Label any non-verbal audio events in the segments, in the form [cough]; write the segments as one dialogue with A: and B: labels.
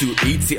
A: to Eat, c'est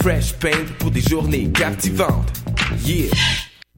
A: fresh paint pour des journées captivantes. Yeah!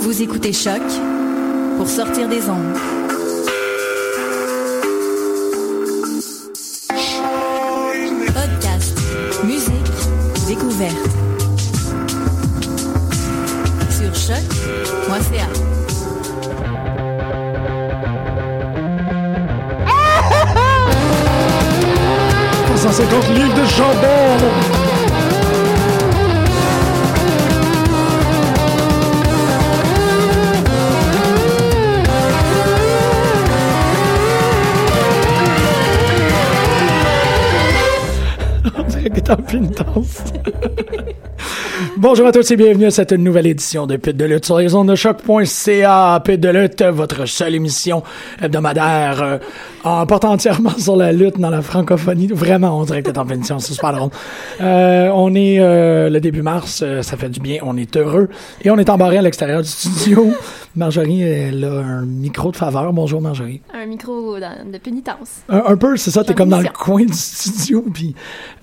B: Vous écoutez Choc pour sortir des ondes. Podcast, musique, découverte. Sur choc.ca.
C: livres de [laughs] chandelle! On dirait que t'as plus une danse. Bonjour à tous et bienvenue à cette nouvelle édition de Pit de lutte sur les ondes de choc.ca. Pit de lutte, votre seule émission hebdomadaire euh, en portant entièrement sur la lutte dans la francophonie. Vraiment, on dirait que t'es en pleine émission, c'est super drôle. Euh, on est euh, le début mars, euh, ça fait du bien, on est heureux et on est embarré à l'extérieur du studio. Marjorie, elle a un micro de faveur. Bonjour Marjorie.
D: Un micro dans- de pénitence.
C: Un, un peu, c'est ça, t'es
D: J'ai
C: comme dans le
D: l'impression.
C: coin du studio, [laughs] puis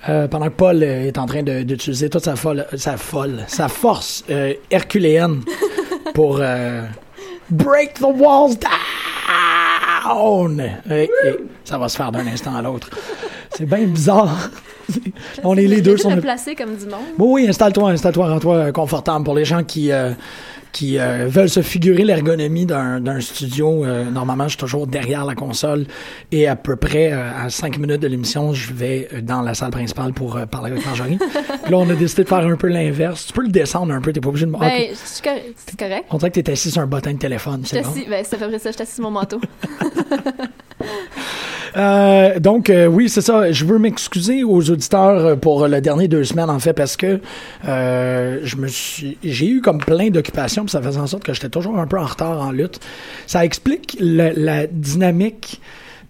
C: euh, pendant que Paul euh, est en train de- d'utiliser toute sa folle, euh, sa folle, sa force euh, herculéenne pour euh, break the walls down. Et- et ça va se faire d'un instant à l'autre. C'est bien bizarre. On est les deux
D: sont
C: sur le
D: placés comme du monde.
C: oui, oui, installe-toi, installe-toi, rends-toi euh, confortable pour les gens qui, euh, qui euh, veulent se figurer l'ergonomie d'un d'un studio. euh, normalement, je suis toujours derrière la console et à peu près euh, à cinq minutes de l'émission, je vais euh, dans la salle principale pour euh, parler avec Marjorie. Puis là, on a décidé de faire un peu l'inverse. Tu peux le descendre un peu, t'es pas obligé de... Ah, ok.
D: Ben, je suis correct. C'est correct.
C: On dirait que t'es assis sur un bottin de téléphone,
D: Je
C: c'est bon?
D: t'assis, ben, c'est à peu près ça, je t'assis sur mon
C: [laughs]
D: manteau.
C: Euh, donc euh, oui, c'est ça. Je veux m'excuser aux auditeurs euh, pour le dernier deux semaines en fait parce que euh, je me suis, j'ai eu comme plein d'occupations, puis ça faisait en sorte que j'étais toujours un peu en retard en lutte. Ça explique le- la dynamique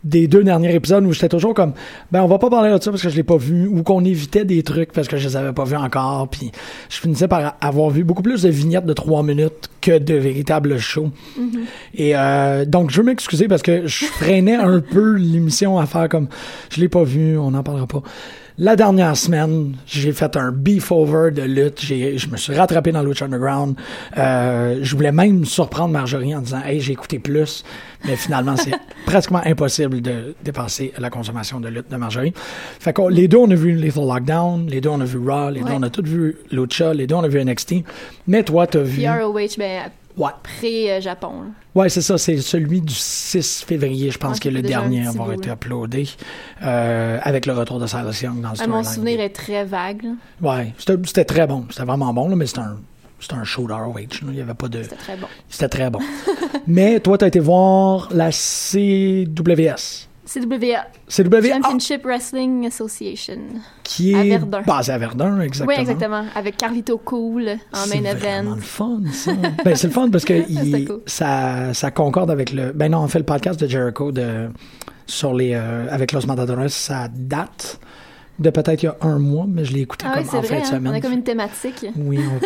C: des deux derniers épisodes où j'étais toujours comme ben on va pas parler de ça parce que je l'ai pas vu ou qu'on évitait des trucs parce que je les avais pas vus encore puis je finissais par avoir vu beaucoup plus de vignettes de trois minutes que de véritables shows et euh, donc je veux m'excuser parce que je freinais un peu l'émission à faire comme je l'ai pas vu on n'en parlera pas la dernière semaine, j'ai fait un beef-over de lutte. J'ai, je me suis rattrapé dans Lucha Underground. Euh, je voulais même surprendre Marjorie en disant « Hey, j'ai écouté plus. » Mais finalement,
D: [laughs]
C: c'est pratiquement impossible de dépasser la consommation de lutte de Marjorie. Fait que les deux, on a vu Little Lockdown. Les deux, on a vu Raw. Les deux,
D: Ouais.
C: on a tous vu Lucha. Les deux, on a vu NXT. Mais toi, t'as vu...
D: Puis ROH, ben,
C: Ouais.
D: pré-Japon. là.
C: Ouais, c'est ça, c'est celui du 6 février, je pense,
D: Ah,
C: que le
D: c'est déjà un
C: dernier à
D: petit
C: avoir
D: bout,
C: été
D: là.
C: uploadé, euh, avec le retour de Silas Young dans le
D: Ah, mon
C: storyline.
D: souvenir est très vague. là.
C: Ouais, c'était c'était très bon. C'était vraiment bon, là, mais c'était un, c'était un show d'ROH. là. Il y avait pas de.
D: C'était très bon.
C: C'était très
D: [laughs]
C: bon. mais toi, t'as été voir la CWS.
D: CWA,
C: CWS ah,
D: Championship Wrestling Association.
C: qui
D: à
C: est
D: Verdun.
C: basée à Verdun, exactement.
D: Oui, exactement. Avec Carlito Cool en
C: C'est
D: main
C: vraiment
D: event. Ah,
C: le fun,
D: [laughs]
C: ça. ben, c'est le fun parce que il-
D: cool.
C: ça, ça concorde avec le. Ben non, on fait le podcast de Jericho de, sur les, euh, avec Los Matadores, ça date. de peut-être il y a un mois, mais je l'ai écouté
D: Ah oui,
C: comme
D: c'est
C: en fin
D: vrai.
C: de
D: hein.
C: semaine.
D: On a comme une thématique.
C: Oui, on,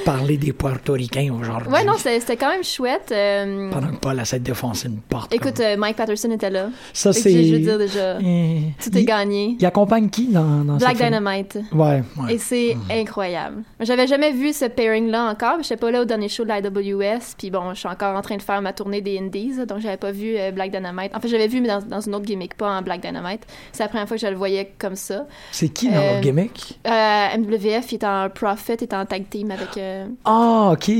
C: on parlait des Portoricains aujourd'hui.
D: Ouais, non, c'était c'était quand même chouette. euh,
C: Pendant que Paul essaie de défoncer une porte.
D: Écoute,
C: comme-
D: euh, Mike Patterson était là.
C: ça
D: Fait que
C: c'est.
D: je veux dire déjà,
C: Euh,
D: tout est
C: il-
D: gagné.
C: Il accompagne qui dans, dans
D: Black
C: ce film?
D: Dynamite.
C: Ouais, ouais.
D: Et c'est incroyable. J'avais jamais vu ce pairing-là encore. J'étais pas là au dernier show de l'IWS. Puis bon, je suis encore en train de faire ma tournée des Indies. Donc, j'avais pas vu euh, Black Dynamite. En fait, j'avais vu, mais dans, dans une autre gimmick, pas en Black Dynamite. C'est la première fois que je le voyais comme ça.
C: C'est qui dans leur
D: euh,
C: gimmick?
D: Euh, MWF, il est en Profit, il est en tag team avec. euh,
C: Ah, ok.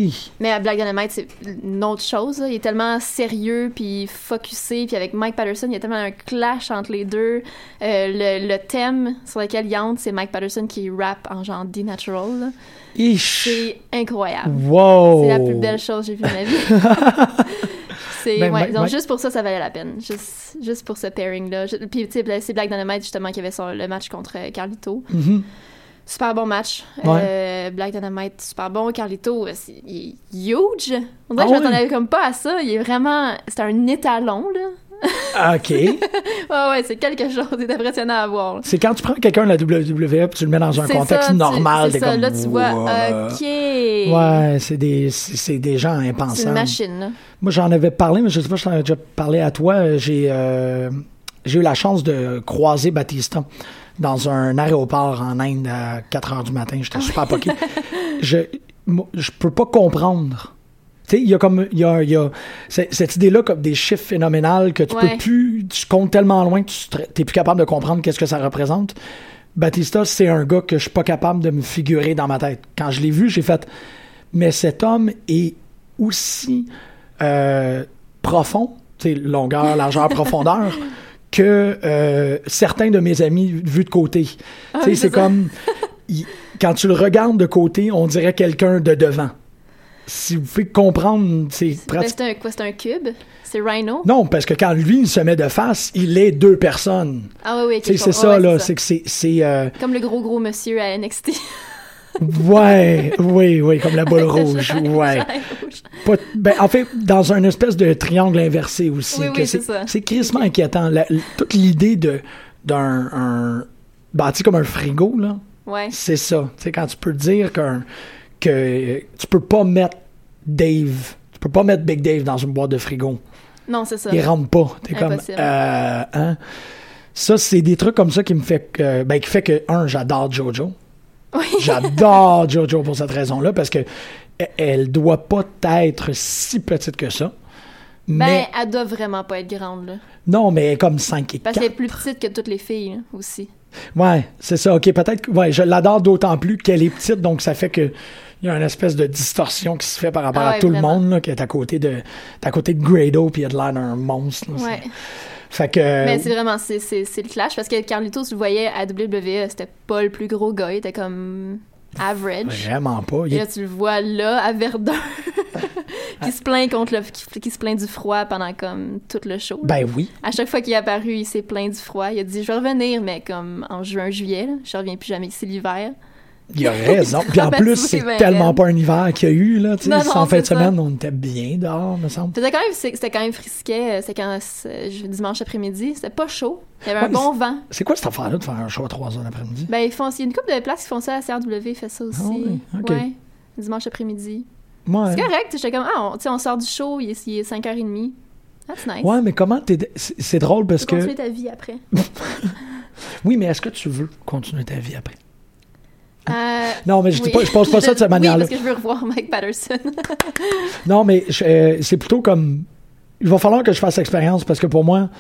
D: Mais à Black Dynamite, c'est une autre chose. là. Il est tellement sérieux, puis focusé, puis avec Mike Patterson, il y a tellement un clash entre les deux. Euh, le, le thème sur lequel il entre, c'est Mike Patterson qui rappe en genre D-Natural. là.
C: Ish.
D: C'est incroyable.
C: Wow.
D: C'est la plus belle chose que j'ai vue de ma vie.
C: [laughs]
D: C'est,
C: Ben,
D: ouais,
C: Mike-
D: donc
C: Mike-
D: juste pour ça, ça valait la peine. Juste, juste pour ce pairing-là. Je- Puis, tu sais, Bla- c'est Black Dynamite, justement, qui avait son, le match contre euh, Carlito.
C: Mhm.
D: Super bon match.
C: Ouais.
D: Euh, Black Dynamite, super bon. Carlito, euh, c'est- il est huge. On dirait que
C: Ah
D: je m'attendais comme pas à ça. Il est vraiment... C'est un étalon, là.
C: Ok.
D: Ouais, ouais, c'est quelque chose. C'est impressionnant à voir. là.
C: C'est quand tu prends quelqu'un de la WWE puis tu le mets dans un
D: C'est
C: contexte
D: ça, tu-
C: normal.
D: C'est
C: t'es
D: ça,
C: comme,
D: là, tu vois,
C: Wow.
D: OK.
C: Ouais, c'est des, c'est c'est des gens
D: C'est une
C: impensables.
D: machine, là.
C: Moi, j'en avais parlé, mais je sais pas, je t'en avais déjà parlé à toi. J'ai euh, j'ai eu la chance de croiser Batista dans un aéroport en Inde à 4 heures du matin. J'étais
D: Ah
C: super
D: [laughs]
C: poqué. Je, moi, je peux pas comprendre. Tu sais, il y a comme. Il y a, il y a c- cette idée-là comme des chiffres phénoménales que tu
D: Ouais.
C: peux plus. Tu comptes tellement loin que tu te- t'es plus capable de comprendre qu'est-ce que ça représente. Batista, c'est un gars que je suis pas capable de me figurer dans ma tête. Quand je l'ai vu, j'ai fait. Mais cet homme est aussi euh, profond, tu sais, longueur, largeur, profondeur, que euh, certains de mes amis vus de côté. Tu sais,
D: Ah oui,
C: c'est
D: c'est ça.
C: comme il- quand tu le regardes de côté, on dirait quelqu'un de devant. Si vous pouvez comprendre, c'est
D: Ben,
C: pratique.
D: C'est un, quoi, c'est un cube? C'est Rhino?
C: Non, parce que quand lui il se met de face, il est deux personnes.
D: Ah oui, oui, ok,
C: Tu sais,
D: je
C: c'est
D: comprends.
C: ça,
D: Ouais,
C: là. C'est que c'est. c'est, euh,
D: Comme le gros gros monsieur à
C: [laughs]
D: NXT.
C: ouais, oui, oui, comme la
D: [laughs]
C: boule rouge.
D: Jaune,
C: Ouais.
D: jaune, rouge.
C: Pas- ben, en fait, dans un espèce de triangle inversé aussi.
D: Oui,
C: que
D: oui,
C: c'est
D: c'est ça.
C: c'est crissement inquiétant. La- l- toute l'idée de d'un un- bâti comme un frigo, là,
D: Ouais.
C: c'est ça. Tu sais, quand tu peux dire qu'un- que tu peux pas mettre Dave, tu peux pas mettre Big Dave dans une boîte de frigo.
D: Non, c'est ça.
C: Il rentre pas. T'es comme,
D: Impossible.
C: euh, hein? Ça, c'est des trucs comme ça qui me fait que, ben, qui fait que, un, j'adore Jojo.
D: Oui.
C: [laughs] J'adore Jojo pour cette raison-là, parce que e- elle doit pas être si petite que ça.
D: Ben,
C: Mais
D: elle doit vraiment pas être grande, là.
C: non, mais elle est comme 5 et
D: Parce qu'elle est
C: 4.
D: plus petite que toutes les filles, là, aussi.
C: Ouais, c'est ça. OK, peut-être que ouais, je l'adore d'autant plus qu'elle est petite, donc ça fait que il y a une espèce de distorsion qui se fait par rapport
D: Ah
C: à
D: ouais,
C: tout
D: vraiment.
C: le monde là, qui est à côté de t'es à côté de Grado puis il a de l'air d'un monstre. là, c'est- Euh,
D: Ouais.
C: Fait que
D: Mais c'est vraiment, c'est, c'est, c'est le clash. Parce que Carlito, tu le voyais à WWE, c'était pas le plus gros gars. Il était comme average.
C: vraiment pas. Il
D: Et
C: est Ah.
D: là, tu le vois là, à Verdun, [laughs] qui se plaint contre le, qui, qui se plaint du froid pendant comme tout le show. là.
C: Ben oui.
D: À chaque fois qu'il est apparu, il s'est plaint du froid. Il a dit Je vais revenir, mais comme en juin, juillet, là, je reviens plus jamais ici l'hiver.
C: Il a raison.
D: [laughs]
C: Puis en
D: Ben,
C: plus,
D: c'est
C: c'est
D: bien
C: tellement
D: raide.
C: pas un hiver qu'il y a eu, là. tu sais.
D: Non, non,
C: en fin de
D: c'est
C: semaine, on était bien dehors, me semble.
D: C'était quand même, c'est- c'était quand même frisquet. euh, C'était quand euh, je- dimanche après-midi. C'était pas chaud. Il y avait
C: Ouais,
D: un bon vent.
C: C'est quoi cette affaire-là de faire un show à 3 h l'après-midi?
D: Ben, ils font, il y a une couple de places qui font ça. La CRW fait ça aussi.
C: oui, Ah ok.
D: Ouais. Dimanche après-midi.
C: Moi,
D: C'est correct. J'étais comme Ah, on, tu sais, on sort du show, il est, il est 5h30. That's nice.
C: ouais, mais comment t'es. C'est c'est drôle parce
D: Tu
C: que.
D: peux continuer ta
C: [laughs]
D: vie après.
C: Oui, mais est-ce que tu veux continuer ta vie après?
D: Euh,
C: Non, mais je, dis
D: oui.
C: pas, je pense pas ça de cette
D: [laughs] Oui,
C: manière-là.
D: parce que je veux revoir Mike Patterson. [laughs]
C: Non, mais je- euh, c'est plutôt comme. Il va falloir que je fasse l'expérience parce que pour moi,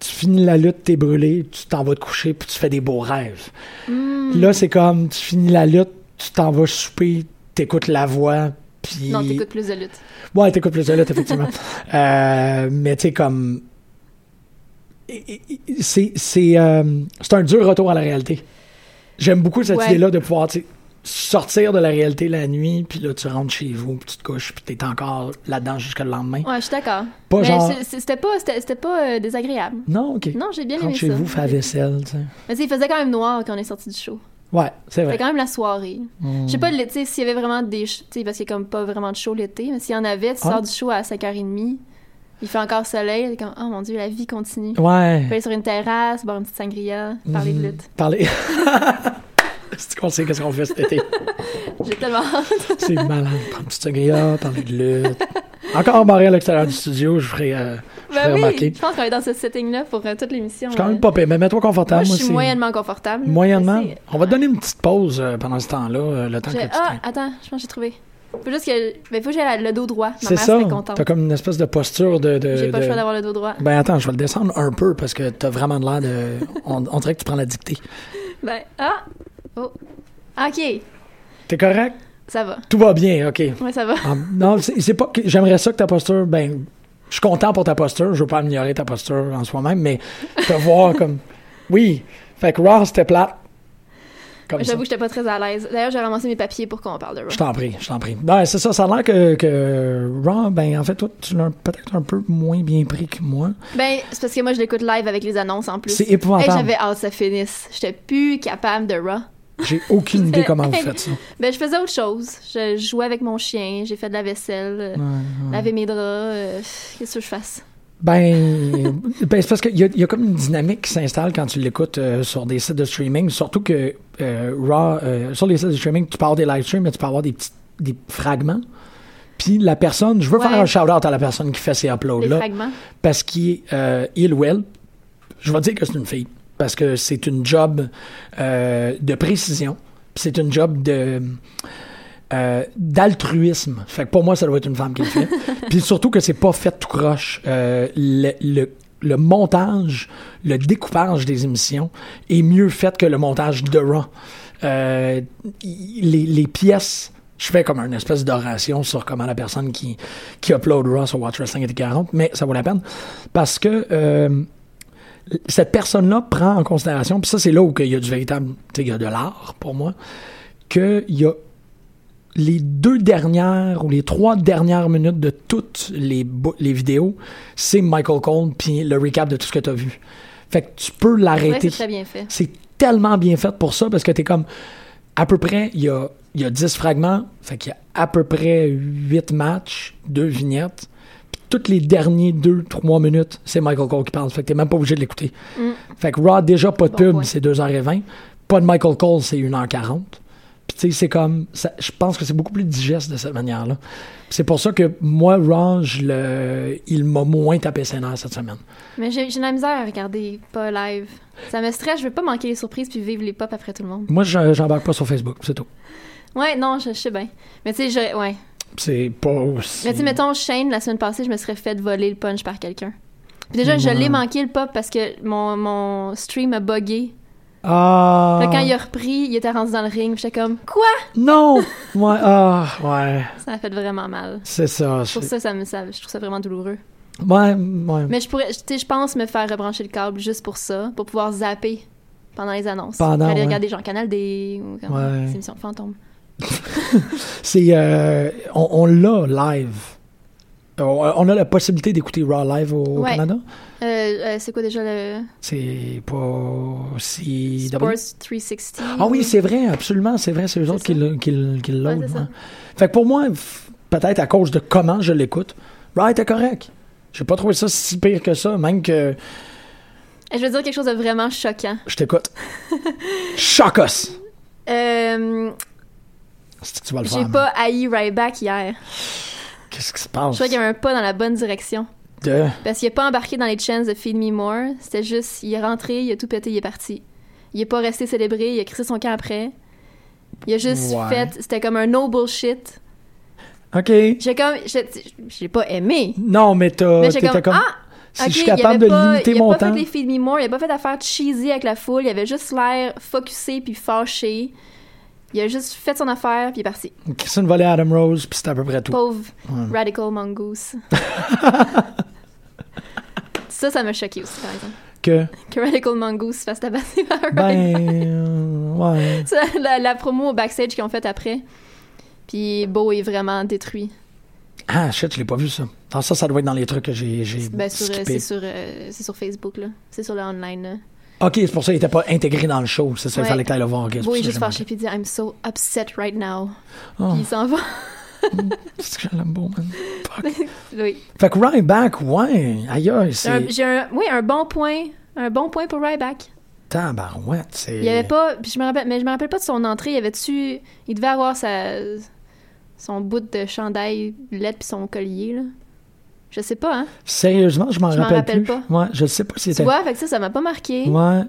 C: tu finis la lutte, t'es brûlé, tu t'en vas te coucher, puis tu fais des beaux rêves.
D: Hmm.
C: Là, c'est comme tu finis la lutte, tu t'en vas souper, t'écoutes la voix, puis.
D: non, t'écoutes plus de lutte.
C: Ouais, t'écoutes plus de lutte,
D: [laughs]
C: effectivement. Euh, mais tu sais, comme. et- et- et- C'est c'est, euh, c'est un dur retour à la réalité. J'aime beaucoup cette
D: Ouais.
C: idée-là de pouvoir tu sais, sortir de la réalité la nuit, puis là, tu rentres chez vous, puis tu te couches, puis t'es encore là-dedans jusqu'au lendemain.
D: Ouais, je suis d'accord.
C: Pas
D: Mais
C: genre-
D: c'est- c'est- C'était pas, c'était- c'était pas euh, désagréable.
C: Non, ok.
D: Non, j'ai bien aimé
C: Rentre chez
D: ça.
C: vous, fais la vaisselle, tu sais.
D: Mais tu sais, il faisait quand même noir quand on est sorti du show.
C: Ouais, Hmm. c'est vrai.
D: C'était quand même la soirée. Je sais pas, le- tu sais, s'il y avait vraiment des... ch- Tu sais, parce qu'il y a comme pas vraiment de show l'été, mais s'il y en avait, tu
C: Ah.
D: sors du show à 5h30, il Il fait encore soleil. C'est comme, oh mon Dieu, la vie continue. On peut
C: Ouais. Hmm.
D: aller sur une terrasse, boire une petite sangria, parler de lutte.
C: Parler. [laughs] C'est qu'on sait qu'est-ce qu'on fait cet été.
D: J'ai tellement [laughs] hâte.
C: C'est malade. Prendre une petite sangria, parler de
D: [laughs]
C: lutte. Encore barré à l'extérieur du studio, je ferai, euh, je ferai
D: Ben
C: remarquer.
D: oui, je pense qu'on est dans ce setting-là pour euh, toute l'émission.
C: Je suis quand même
D: euh.
C: pas payé, mais mets-toi confortable.
D: Moi, je
C: c'est-
D: suis moyennement confortable.
C: Moyennement.
D: Mais c'est-
C: On va te donner une petite pause euh, pendant ce temps-là, euh, le temps
D: Je-
C: que tu te-
D: Ah, attends, je pense que j'ai trouvé. Faut juste que. Mais faut que j'aie le dos droit. Ma
C: C'est
D: mère
C: ça.
D: serait contente.
C: T'as comme une espèce de posture de. de-
D: J'ai pas le
C: de-
D: choix d'avoir le dos droit.
C: Ben attends, je vais le descendre un peu parce que t'as vraiment de l'air
D: [laughs]
C: de. On, on dirait que tu prends la dictée.
D: Ben, ah! Oh! Ah, Ok,
C: T'es correct?
D: ça va.
C: Tout va bien, OK.
D: Ouais, ça va.
C: Ah, non, c'est c'est pas. que- J'aimerais ça que ta posture. Ben, je suis content pour ta posture. Je veux pas améliorer ta posture en soi-même, mais te voir comme. Oui. Fait que Raw, c'était plate. Comme ça.
D: J'avoue que j'étais pas très à l'aise. D'ailleurs, j'ai ramassé mes papiers pour qu'on parle de Raw.
C: Je t'en prie, je t'en prie. Ben, c'est ça, ça a l'air que, que Raw, ben, en fait, toi, tu l'as peut-être un peu moins bien pris que moi.
D: Ben, c'est parce que moi, je l'écoute live avec les annonces en plus.
C: C'est épouvantable.
D: Hey, j'avais hâte que ça finisse. J'étais plus capable de Raw.
C: J'ai
D: [laughs]
C: aucune idée comment vous faites ça.
D: Ben, je faisais autre chose. Je jouais avec mon chien, j'ai fait de la vaisselle, euh, lavé mes draps. euh, Qu'est-ce que je fasse?
C: Ben, ben c'est parce qu'il y, a- il y a comme une dynamique qui s'installe quand tu l'écoutes euh, sur des sites de streaming, surtout que euh, Raw, euh, sur les sites de streaming, tu peux avoir des live streams, mais tu peux avoir des petits des fragments. Puis la personne, je veux
D: Ouais.
C: faire un shout-out à la personne qui fait ces
D: Les
C: uploads-là,
D: fragments.
C: parce qu'il euh, il ou elle, je vais dire que c'est une fille, parce que c'est une job euh, de précision, puis c'est une job de euh, d'altruisme. Fait que pour moi, ça doit être une femme qui le fait. Puis surtout que c'est pas fait tout croche. Euh, le, le- le montage, le découpage des émissions est mieux fait que le montage de Raw. Euh, y- les, les pièces, je fais comme une espèce d'oration sur comment la personne qui, qui upload Raw sur Watch Wrestling était 40, mais ça vaut la peine parce que euh, cette personne-là prend en considération, puis ça, c'est là où il y a du véritable, tu sais, il y a de l'art pour moi, qu'il y a les deux dernières ou les trois dernières minutes de toutes les, bou- les vidéos, c'est Michael Cole, puis le recap de tout ce que tu as vu. Fait que tu peux
D: Ouais,
C: l'arrêter.
D: c'est très bien fait.
C: C'est tellement bien fait pour ça parce que t'es comme à peu près, il y a, il y a 10 fragments, fait qu'il y a à peu près 8 matchs, 2 vignettes. Puis toutes les derniers 2-3 minutes, c'est Michael Cole qui parle. Fait que t'es même pas obligé de l'écouter. Fait que Raw, déjà pas de
D: Mm. Bon
C: pub,
D: point.
C: c'est 2h20. Pas de Michael Cole, c'est 1h40. Puis tu sais, c'est comme. ça- je pense que c'est beaucoup plus digeste de cette manière-là. Puis C'est pour ça que moi, Raw, je le- il m'a moins tapé ses nerfs cette semaine.
D: Mais j'ai j'ai de la misère à regarder pas live. Ça me stresse, je veux pas manquer les surprises puis vivre les pop après tout le monde.
C: Moi, je- j'embarque pas sur Facebook, c'est tout.
D: Ouais, non, je, je sais bien. Mais tu sais, je- ouais.
C: C'est pas aussi.
D: Mais tu sais, mettons, Shane, la semaine passée, je me serais fait voler le punch par quelqu'un. Puis déjà, je l'ai manqué le pop parce que mon, mon stream a buggé.
C: Ah.
D: Fait que quand il a repris, il était rendu dans le ring. puis J'étais comme, quoi?
C: Non! Ouais, ah, ouais.
D: Ça m'a fait vraiment mal.
C: C'est ça. c'est-
D: Pour ça, ça, me, ça- je trouve ça vraiment douloureux.
C: Ouais, ouais.
D: Mais je pourrais, tu sais, je pense me faire rebrancher le câble juste pour ça, pour pouvoir zapper pendant les annonces.
C: Pendant,
D: Aller
C: ouais.
D: regarder genre Canal D ou comme
C: Ouais.
D: des émissions fantômes.
C: C'est. euh, on on l'a live. On- On a la possibilité d'écouter Raw live au, au
D: Ouais.
C: Canada.
D: Euh, euh, c'est quoi déjà le
C: C'est pas si.
D: Sports 360?
C: Ah oui, c'est vrai, absolument, c'est vrai, c'est eux autres
D: ça.
C: qui le- qui le- qui l'ont.
D: Ouais, c'est ça.
C: ouais. Fait que pour moi, f- peut-être à cause de comment je l'écoute, Raw était correct. J'ai pas trouvé ça si pire que ça, même que
D: Et Je veux dire quelque chose de vraiment choquant.
C: je
D: [laughs]
C: t'écoute. Chocos!
D: Euh,
C: C'est que tu vas le
D: J'ai
C: faire.
D: pas haï Ryback hier.
C: man. Qu'est-ce qui se
D: Je
C: passe?
D: crois qu'il y avait un pas dans la bonne direction.
C: De-
D: Parce qu'il a pas embarqué dans les chants de Feed Me More. C'était juste, il est rentré, il a tout pété, il est parti. Il est pas resté célébré, il a crissé son camp après. Il a juste
C: Ouais.
D: fait, c'était comme un no bullshit.
C: OK.
D: J'ai comme, j'ai j'ai pas aimé.
C: Non, mais t'as-
D: Mais j'ai
C: Euh, t'étais
D: comme,
C: comme,
D: ah!
C: si
D: ok,
C: je suis
D: il avait
C: capable de
D: pas-
C: limiter mon
D: Il a pas
C: temps.
D: fait les Feed Me More, il a pas fait d'affaires cheesy avec la foule, il avait juste l'air focusé puis fâché. Il a juste fait son affaire puis il est parti.
C: Christine volait Adam Rose, puis c'était à peu près tout.
D: Pauvre Radical
C: [laughs]
D: Mongoose. ça, ça m'a choqué aussi, par exemple. [laughs]
C: Que,
D: Que Radical Mongoose se fasse tabasser par Ryan.
C: ben, euh, ouais.
D: [laughs] Ça, la, la promo au backstage qu'ils ont faite après. Puis Beau est vraiment détruit.
C: Ah, shit, je l'ai pas vu, ça. Ah, ça, ça doit être dans les trucs que j'ai j'ai
D: Ben, sur, euh,
C: skippé.
D: c'est sur, euh, c'est sur Facebook, là. C'est sur le online, là.
C: OK, c'est pour ça qu'il était pas intégré dans le show. C'est ça, il
D: Ouais.
C: fallait que t'ailles le voir. ok, c'est
D: Beau
C: pour
D: est
C: ça que
D: juste
C: j'ai
D: fâché
C: manqué.
D: puis il dit « I'm so upset right now
C: Oh.
D: Puis il s'en va. [laughs]
C: C'est que je l'aime beau, man. Fuck.
D: Oui.
C: Fait que Ryback, ouais. Aïe, aïe,
D: J'ai un-
C: c'est
D: j'ai un, oui, un bon point. Un bon point pour Ryback.
C: tabarouette. C'est...
D: Il y avait pas. Puis je me rappelle, mais je me rappelle pas de son entrée. Il y avait-tu. Il devait avoir sa, son bout de chandail lettre puis son collier, là. Je sais pas, hein.
C: Sérieusement, je m'en
D: Je m'en
C: rappelle,
D: rappelle
C: plus. Ouais, je sais pas si
D: Tu
C: c'était.
D: vois, fait que ça, ça m'a pas marqué.
C: Ouais.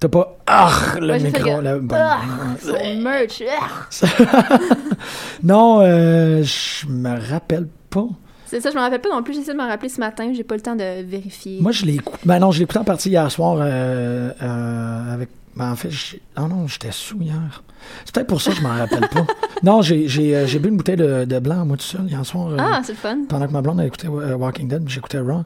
C: T'as pas. Ah, le
D: Moi, j'ai fait
C: micro.
D: le-
C: là, bon.
D: Ah, son merch. ah.
C: Non, euh, je me rappelle pas.
D: C'est ça, je me rappelle pas non plus. J'essaie de m'en rappeler ce matin. J'ai pas le temps de vérifier.
C: Moi, je l'ai écouté. Ben non, je l'ai écouté en partie hier soir euh, euh, avec. Ben en fait, je- ah non, j'étais sous hier. C'est peut-être pour ça que je m'en rappelle
D: [laughs]
C: pas. Non, j'ai, j'ai, euh, j'ai bu une bouteille de, de blanc, moi, tout seul, hier soir. euh,
D: ah, c'est le fun.
C: Pendant que ma blonde elle écoutait euh, Walking Dead, puis j'écoutais Raw.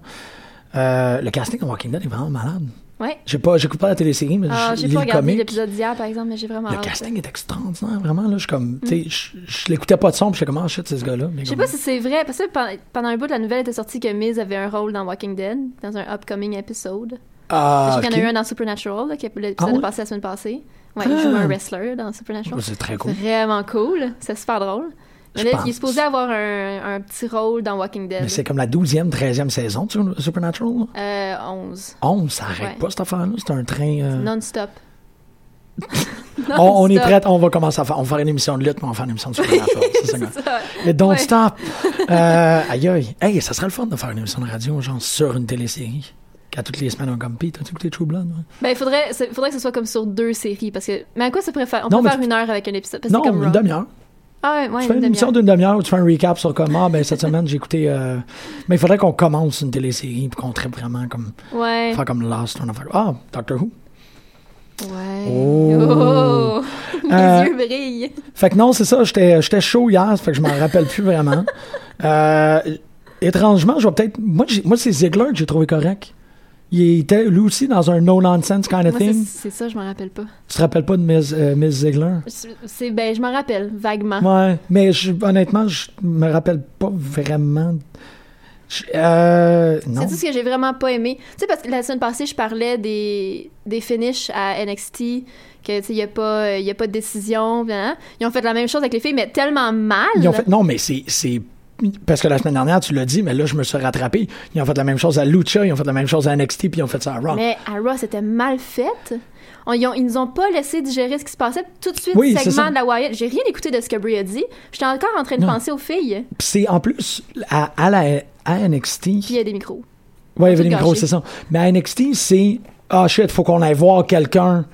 C: Euh, le casting de Walking Dead est vraiment malade.
D: Ouais.
C: J'ai pas, j'écoute pas la télésérie, mais
D: Ah,
C: je
D: j'ai
C: lis
D: pas
C: le
D: regardé
C: comic.
D: l'épisode d'hier, par exemple, mais j'ai vraiment
C: Le
D: hâte.
C: casting est extraordinaire, vraiment. Là, je suis comme, tu sais, je, je l'écoutais pas de son, puis j'étais comme, ah shit, c'est ce gars-là. Mais
D: Mm. Je sais
C: comme-
D: pas si c'est vrai, parce que pen- pendant un bout, la nouvelle était sortie que Miz avait un rôle dans Walking Dead, dans un upcoming épisode.
C: Ah,
D: Parce qu'il y en a
C: ok.
D: eu un dans Supernatural, là, qui est
C: Ah
D: l'épisode
C: ouais?
D: est passé la semaine passée. Ouais,
C: Ah.
D: il joue un wrestler dans
C: Oh,
D: Supernatural.
C: C'est très cool.
D: Vraiment cool, c'est super drôle. Mais
C: Je
D: là, il
C: pense.
D: est supposé avoir un, un petit rôle dans Walking Dead.
C: Mais c'est comme la 12e, 13e saison de Su- Supernatural. là.
D: Euh, 11.
C: 11, ça arrête
D: Ouais.
C: pas cette affaire-là. C'est un train. euh,
D: Non-stop.
C: [laughs] on, on est
D: Non-stop.
C: prête, on va commencer à faire. On va faire une émission de lutte, mais on va faire une émission de
D: [laughs]
C: Supernatural. Ça, c'est
D: C'est ça.
C: Le Don't
D: Ouais. [laughs]
C: Stop. Euh, aïe, aïe. Hey, ça serait le fun de faire une émission de radio, genre sur une télésérie. Quand toutes les semaines on comme pis, t'as-tu écouté True Blood? ouais?
D: Ben, il faudrait, c'est- faudrait que ce soit comme sur deux séries. Parce que, mais à quoi ça pourrait faire? On
C: Non,
D: peut
C: mais
D: faire
C: tu-
D: une heure avec un épisode. Parce que
C: Non,
D: c'est comme
C: une
D: Raw.
C: demi-heure.
D: Ah, ouais, ouais,
C: tu fais
D: une
C: une émission
D: demi-heure.
C: d'une demi-heure où tu fais un recap sur comment, ben cette semaine j'ai écouté. euh, Mais il faudrait qu'on commence une télésérie puis qu'on traite vraiment comme.
D: Ouais.
C: Faire comme Lost, on a fait. Ah, Doctor Who.
D: Ouais.
C: Oh.
D: Oh. [laughs] Mes
C: Euh,
D: yeux brillent.
C: Fait que non, c'est ça, j'étais j'étais chaud hier, ça fait que je m'en rappelle plus vraiment. Euh, étrangement, je vais peut-être. Moi, j'ai- moi c'est Ziggler que j'ai trouvé correct. Il était lui aussi dans un no-nonsense kind of
D: Moi, c'est-
C: thing.
D: c'est ça, je m'en rappelle pas.
C: Tu te rappelles pas de Miss, euh, Miss Ziegler?
D: C'est- c'est- ben, je m'en rappelle, vaguement.
C: Ouais, mais je- honnêtement, je me rappelle pas vraiment. Je- euh, non.
D: C'est tout ce que j'ai vraiment pas aimé. Tu sais, parce que la semaine passée, je parlais des, des finishes à NXT, que, tu sais, il n'y a, pas- euh, y a pas de décision. blablabla. Ils ont fait la même chose avec les filles, mais tellement mal.
C: Ils ont fait, non, mais c'est, c'est. Parce que la semaine dernière, tu l'as dit, mais là, je me suis rattrapé. Ils ont fait la même chose à Lucha, ils ont fait la même chose à NXT, puis ils ont fait ça à Raw.
D: Mais à Raw, c'était mal fait. On- ils, ont, ils nous ont pas laissé digérer ce qui se passait. Tout de suite,
C: Oui, c'est ça.
D: segment de la Wyatt. J'ai rien écouté de ce que Brie a dit. J'étais encore en train de
C: Non.
D: penser aux filles.
C: Puis c'est en plus, à, à la, à NXT.
D: Puis il y a des micros. [laughs]
C: Ouais,
D: Faut tout
C: Evelyn Gros,
D: gâcher.
C: c'est ça. Mais à NXT, c'est Ah shit, faut qu'on aille voir quelqu'un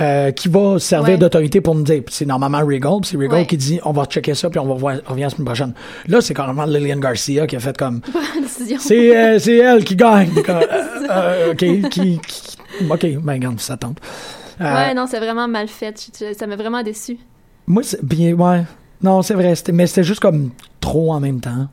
C: euh, qui va servir
D: Ouais.
C: d'autorité pour nous dire. Puis c'est normalement Regal, puis c'est Regal
D: Ouais.
C: qui dit On va checker ça, puis on va voir, on revient la semaine prochaine. Là, c'est carrément Lillian Garcia qui a fait
D: [laughs]
C: comme
D: Pas la décision.
C: C'est euh, c'est elle qui
D: [laughs]
C: gagne. Comme, euh, euh, ok, qui, qui- Ok, ben regarde, ça tombe. Euh,
D: Ouais, non, c'est vraiment mal fait. Je- je- ça m'a vraiment déçu.
C: Moi, c'est. puis, ouais. Non, c'est vrai, c'était- mais c'était juste comme trop en même temps.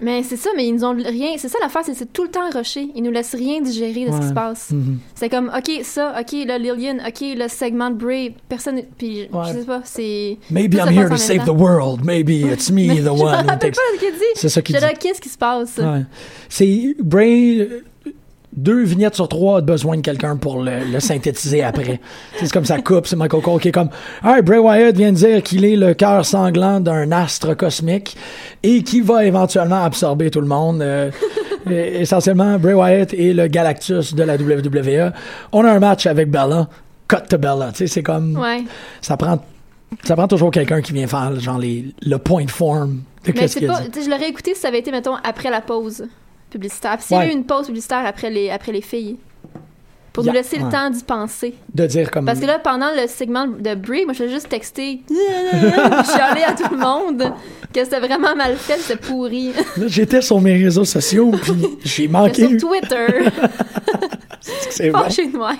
D: Mais c'est ça, mais ils nous ont rien. C'est ça l'affaire, c'est c'est tout le temps rushé. Ils nous laissent rien digérer de ce qui
C: Ouais.
D: se passe.
C: Mhm.
D: C'est comme, OK, ça, OK, là, Lillian, OK, le segment de Bray, personne. Puis,
C: Ouais.
D: je sais pas, c'est.
C: Maybe
D: tout
C: I'm
D: se
C: here
D: passe en
C: to
D: même
C: save
D: temps.
C: the world. Maybe it's me,
D: Mais
C: the
D: [laughs] Je me
C: one who
D: rappelle
C: takes.
D: pas ce qu'il dit.
C: C'est ça qu'il
D: J'étais là,
C: dit.
D: qu'est-ce qui se passe?
C: Ouais. C'est Bray, euh, deux vignettes sur trois a besoin de quelqu'un pour le, le synthétiser
D: [laughs]
C: après. c'est comme ça coupe, c'est Michael Cole qui est comme Hey, Bray Wyatt vient de dire qu'il est le cœur sanglant d'un astre cosmique et qui va éventuellement absorber tout le monde.
D: [laughs]
C: Euh, euh, essentiellement, Bray Wyatt est le Galactus de la WWE. On a un match avec Bella. Cut to Bella. Tu sais, c'est comme
D: Ouais.
C: ça prend. Ça prend toujours quelqu'un qui vient faire genre les, le point de forme de
D: Mais
C: qu'est-ce
D: c'est
C: qu'il a
D: pas.
C: dit.
D: tu sais, Je l'aurais écouté si ça avait été, mettons, après la pause publicitaire. S'il y
C: Ouais.
D: avait eu une pause publicitaire après les, après les filles. Pour
C: Yeah,
D: nous laisser
C: ouais.
D: le temps d'y penser.
C: De dire comme
D: Parce que là, pendant le segment de Brie, moi, je faisais juste texter. [laughs] allée à tout le monde que c'était vraiment mal fait, c'était
C: [laughs]
D: pourri.
C: Là, j'étais sur mes réseaux sociaux, puis
D: [laughs]
C: j'ai manqué.
D: Sur
C: [laughs]
D: Twitter,
C: C'est vrai. [laughs]
D: fâché noir.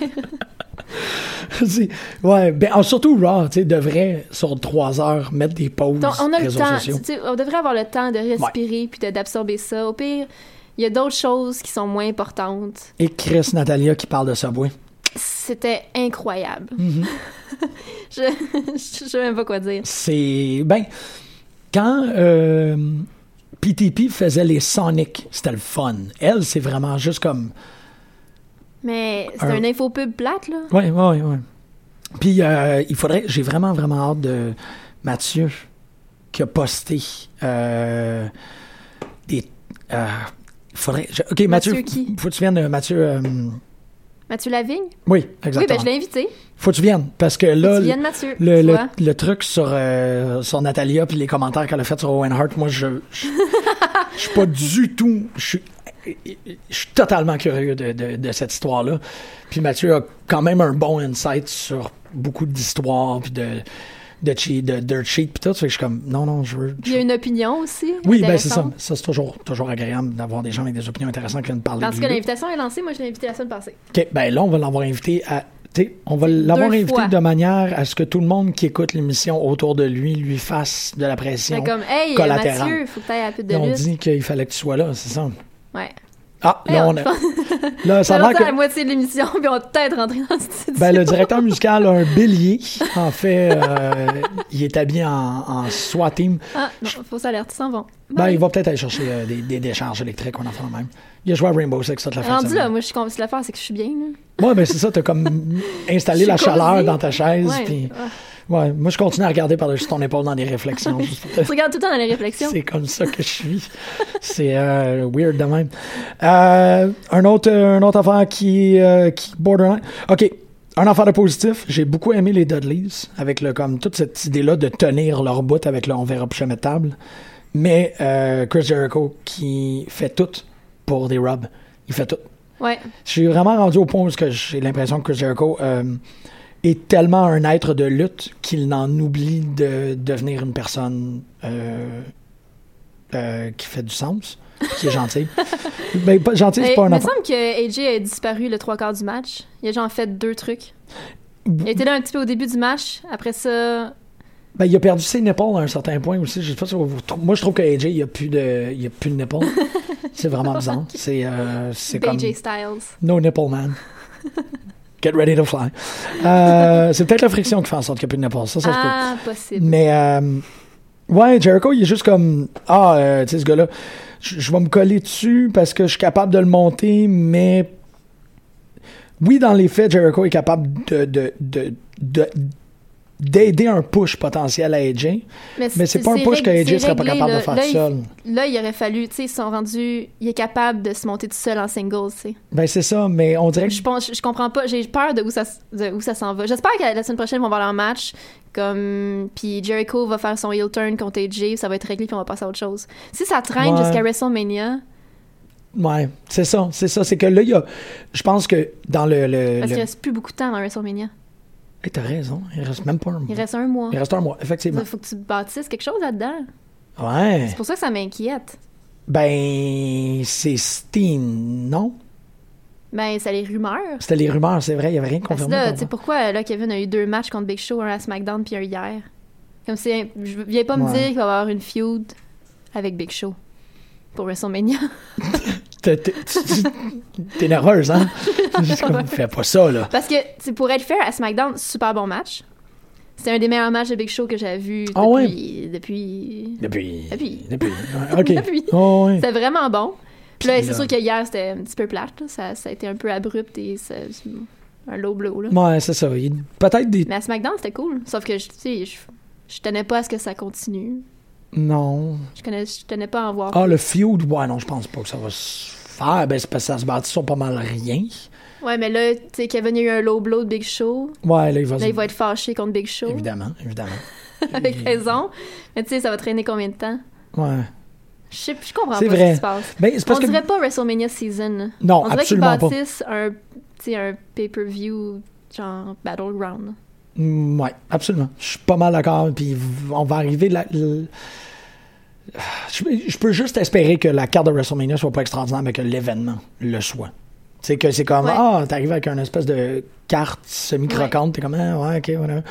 C: C'est- ouais, ben, ah, surtout Raw, tu sais, devrait, sur trois heures, mettre des pauses
D: Donc, on a le
C: réseaux
D: temps.
C: sociaux.
D: tu sais, on devrait avoir le temps de respirer puis de- d'absorber ça. Au pire, il y a d'autres choses qui sont moins importantes.
C: Et Chris Natalia qui parle de Subway.
D: C'était incroyable.
C: Mm-hmm.
D: [laughs] je, je, je sais même pas quoi dire.
C: C'est. Ben, quand euh, PTP faisait les Sonic, c'était le fun. Elle, c'est vraiment juste comme.
D: Mais c'est
C: Un-
D: un infopub plate, là.
C: Ouais, ouais, ouais. Puis, euh, il faudrait. J'ai vraiment, vraiment hâte de. Mathieu, qui a posté euh, des. euh, faudrait. je- ok, Mathieu.
D: Mathieu qui?
C: Faut que tu viennes, euh, Mathieu. euh,
D: Mathieu Lavigne?
C: oui, exactement.
D: Oui, ben je l'ai invité.
C: Faut que tu viennes parce que là.
D: tu viens de Mathieu.
C: Le,
D: tu
C: le,
D: vois.
C: le truc sur, euh, sur Natalia puis les commentaires qu'elle a fait sur Owen Hart, moi, je je je suis pas du tout... Je suis- je suis totalement curieux de, de, de cette histoire-là. Puis Mathieu a quand même un bon insight sur beaucoup d'histoires puis de, de, chi- de dirt sheet puis tout. Fait que je suis comme, non, non, je veux... je
D: Il y a
C: veux-
D: une opinion aussi.
C: Oui, ben c'est ça.
D: intéressante.
C: Ça, c'est toujours, toujours agréable d'avoir des gens avec des opinions intéressantes qui viennent parler
D: Parce
C: du
D: que
C: lieu.
D: l'invitation est lancée, moi je l'ai invité la semaine passée.
C: OK, ben là, on va l'avoir invité à. tu sais, on va l'avoir
D: deux
C: invité
D: fois.
C: de manière à ce que tout le monde qui écoute l'émission autour de lui lui fasse de la
D: Mais
C: pression.
D: Ben comme, hey, euh,
C: collatérale.
D: Mathieu, faut que t'ailles à la pute de
C: Là, on
D: lutte.
C: dit qu'il fallait que tu sois là, c'est ça?
D: Ouais.
C: Ah,
D: Hey,
C: là, on a-
D: [laughs]
C: là, ça
D: Ça
C: a
D: va
C: l'air
D: à la
C: que.
D: moitié de l'émission, [laughs] puis on va peut-être rentrer dans le studio.
C: Ben, le directeur musical a un bélier. En fait, euh, il est habillé en, en SWAT team.
D: Ah, non, faut s'alerter, ils s'en vont.
C: Ben,
D: Bye.
C: il va peut-être aller chercher euh, des, des décharges électriques ou un enfant de même. Il a joué à Rainbow Six toute la fin de
D: Rendu là,
C: semaine.
D: moi je suis convaincue de l'affaire, c'est que je suis bien. là.
C: Ouais, ben, c'est ça, t'as
D: [laughs]
C: comme installé
D: Je
C: la
D: suis
C: chaleur
D: cosy.
C: dans ta chaise.
D: Ouais.
C: puis-
D: Ah.
C: Ouais, moi je continue à regarder par-dessus ton épaule dans des réflexions. juste pour te-
D: Tu regardes tout le temps dans les réflexions.
C: C'est comme ça que je suis. C'est euh, weird de même. Euh, un autre, un autre affaire qui, euh, qui borderline. Ok, un affaire de positif. J'ai beaucoup aimé les Dudleys avec le comme toute cette idée-là de tenir leur bout avec le on verra plus jamais de table. Mais euh, Chris Jericho qui fait tout pour des robs. Il fait tout.
D: Ouais.
C: Je suis vraiment rendu au point où ce que j'ai l'impression que Chris Jericho euh, est tellement un être de lutte qu'il n'en oublie de devenir une personne euh, euh, qui fait du sens, qui est gentille.
D: [laughs]
C: ben, pas gentil, c'est
D: Mais,
C: pas un
D: il me
C: enfant.
D: semble que AJ a disparu le trois quarts du match. Il a genre fait deux trucs. Il était là un petit peu au début du match. Après ça,
C: Ben, il a perdu ses nipples à un certain point aussi. Je sais pas si vous trou- Moi, je trouve que AJ, il a plus de, il a plus de
D: [laughs]
C: nipples. c'est vraiment bizarre. C'est, euh, c'est comme.
D: AJ Styles.
C: No nipple man. Get ready to fly. Euh, c'est peut-être la friction qui fait en sorte qu'il n'y a plus de nipples. Ça, ça se peut.
D: Ah, possible.
C: Mais euh, ouais, Jericho, il est juste comme ah, euh, tu sais ce gars-là, je je vais me coller dessus parce que je suis capable de le monter, mais oui, dans les faits, Jericho est capable de de- de- de- d'aider un push potentiel à AJ, mais c'est pas un push que
D: rég-
C: AJ
D: c'est
C: serait pas
D: réglé,
C: capable
D: là.
C: de faire
D: Là,
C: tout
D: il-
C: seul.
D: Là, il aurait fallu, tu sais, ils sont rendus, il est capable de se monter tout seul en singles, tu sais.
C: Ben c'est ça, mais on dirait que
D: Je pense, je comprends pas, j'ai peur de où ça, s- de où ça s'en va. J'espère que la semaine prochaine, ils vont voir leur match, comme, puis Jericho va faire son heel turn contre AJ, ça va être réglé, puis on va passer à autre chose. Si ça traîne
C: Ouais.
D: jusqu'à WrestleMania,
C: ouais, c'est ça, c'est ça, c'est que là il y a, je pense que dans le, le,
D: parce
C: le...
D: qu'il reste plus beaucoup de temps dans WrestleMania.
C: Hey, t'as raison, il reste même pas un mois.
D: Il reste un mois.
C: Il reste un mois, effectivement.
D: Il faut que tu bâtisses quelque chose là-dedans.
C: Ouais.
D: C'est pour ça que ça m'inquiète.
C: Ben c'est Steam, non?
D: Ben, ça les rumeurs.
C: C'était les rumeurs, c'est vrai, il n'y avait rien de
D: Parce que
C: confirmé.
D: là,
C: par
D: tu sais
C: rapport-
D: pourquoi euh, là, Kevin a eu deux matchs contre Big Show, un à SmackDown puis un hier. Comme si je viens pas me
C: Ouais.
D: dire qu'il va y avoir une feud avec Big Show pour WrestleMania. [laughs]
C: T'es- t'es- tu- T'es nerveuse,
D: [laughs]
C: hein? Juste comme, fais pas ça, là.
D: Parce que c'est pour être fair à SmackDown, super bon match. C'était un des meilleurs matchs de Big Show que j'avais vu depuis
C: Ah ouais?
D: depuis.
C: Depuis.
D: Depuis.
C: Depuis. Ouais, OK.
D: Depuis.
C: Oh, ouais.
D: C'était vraiment bon. Puis là,
C: Puis euh,
D: c'est
C: là-
D: sûr que hier c'était un petit peu plate, là. ça, ça a été un peu abrupt et ça- c'est un low blow là.
C: Ouais, c'est ça. Il- Peut-être des.
D: Mais à SmackDown, c'était cool. Sauf que, je- tu sais, je, je tenais pas à ce que ça continue.
C: Non.
D: Je, connais, je tenais pas à en voir.
C: Ah, le feud, ouais, non, je pense pas que ça va se faire. Ben, c'est parce que ça se bâtit sur pas mal rien.
D: Ouais, mais là, tu sais, Kevin il y a eu un low blow de Big Show.
C: Ouais, là, il va se.
D: Là, Ben, il va être fâché contre Big Show.
C: Évidemment, évidemment.
D: [laughs] Avec raison. Mais tu sais, ça va traîner combien de temps?
C: Ouais.
D: Je sais, je comprends pas
C: C'est vrai.
D: ce qui se passe.
C: Ben, c'est
D: On
C: parce que.
D: dirait pas WrestleMania season. là.
C: Non,
D: On dirait qu'ils
C: absolument pas.
D: bâtissent un, tu sais, un pay-per-view genre Battleground.
C: Mm, Ouais, absolument. Je suis pas mal d'accord. Puis v- on va arriver. La, le- Je, je peux juste espérer que la carte de WrestleMania soit pas extraordinaire, mais que l'événement le soit. C'est que c'est comme
D: Ouais.
C: ah, t'arrives avec une espèce de carte semi croquante, t'es comme ah, ouais, ok, voilà.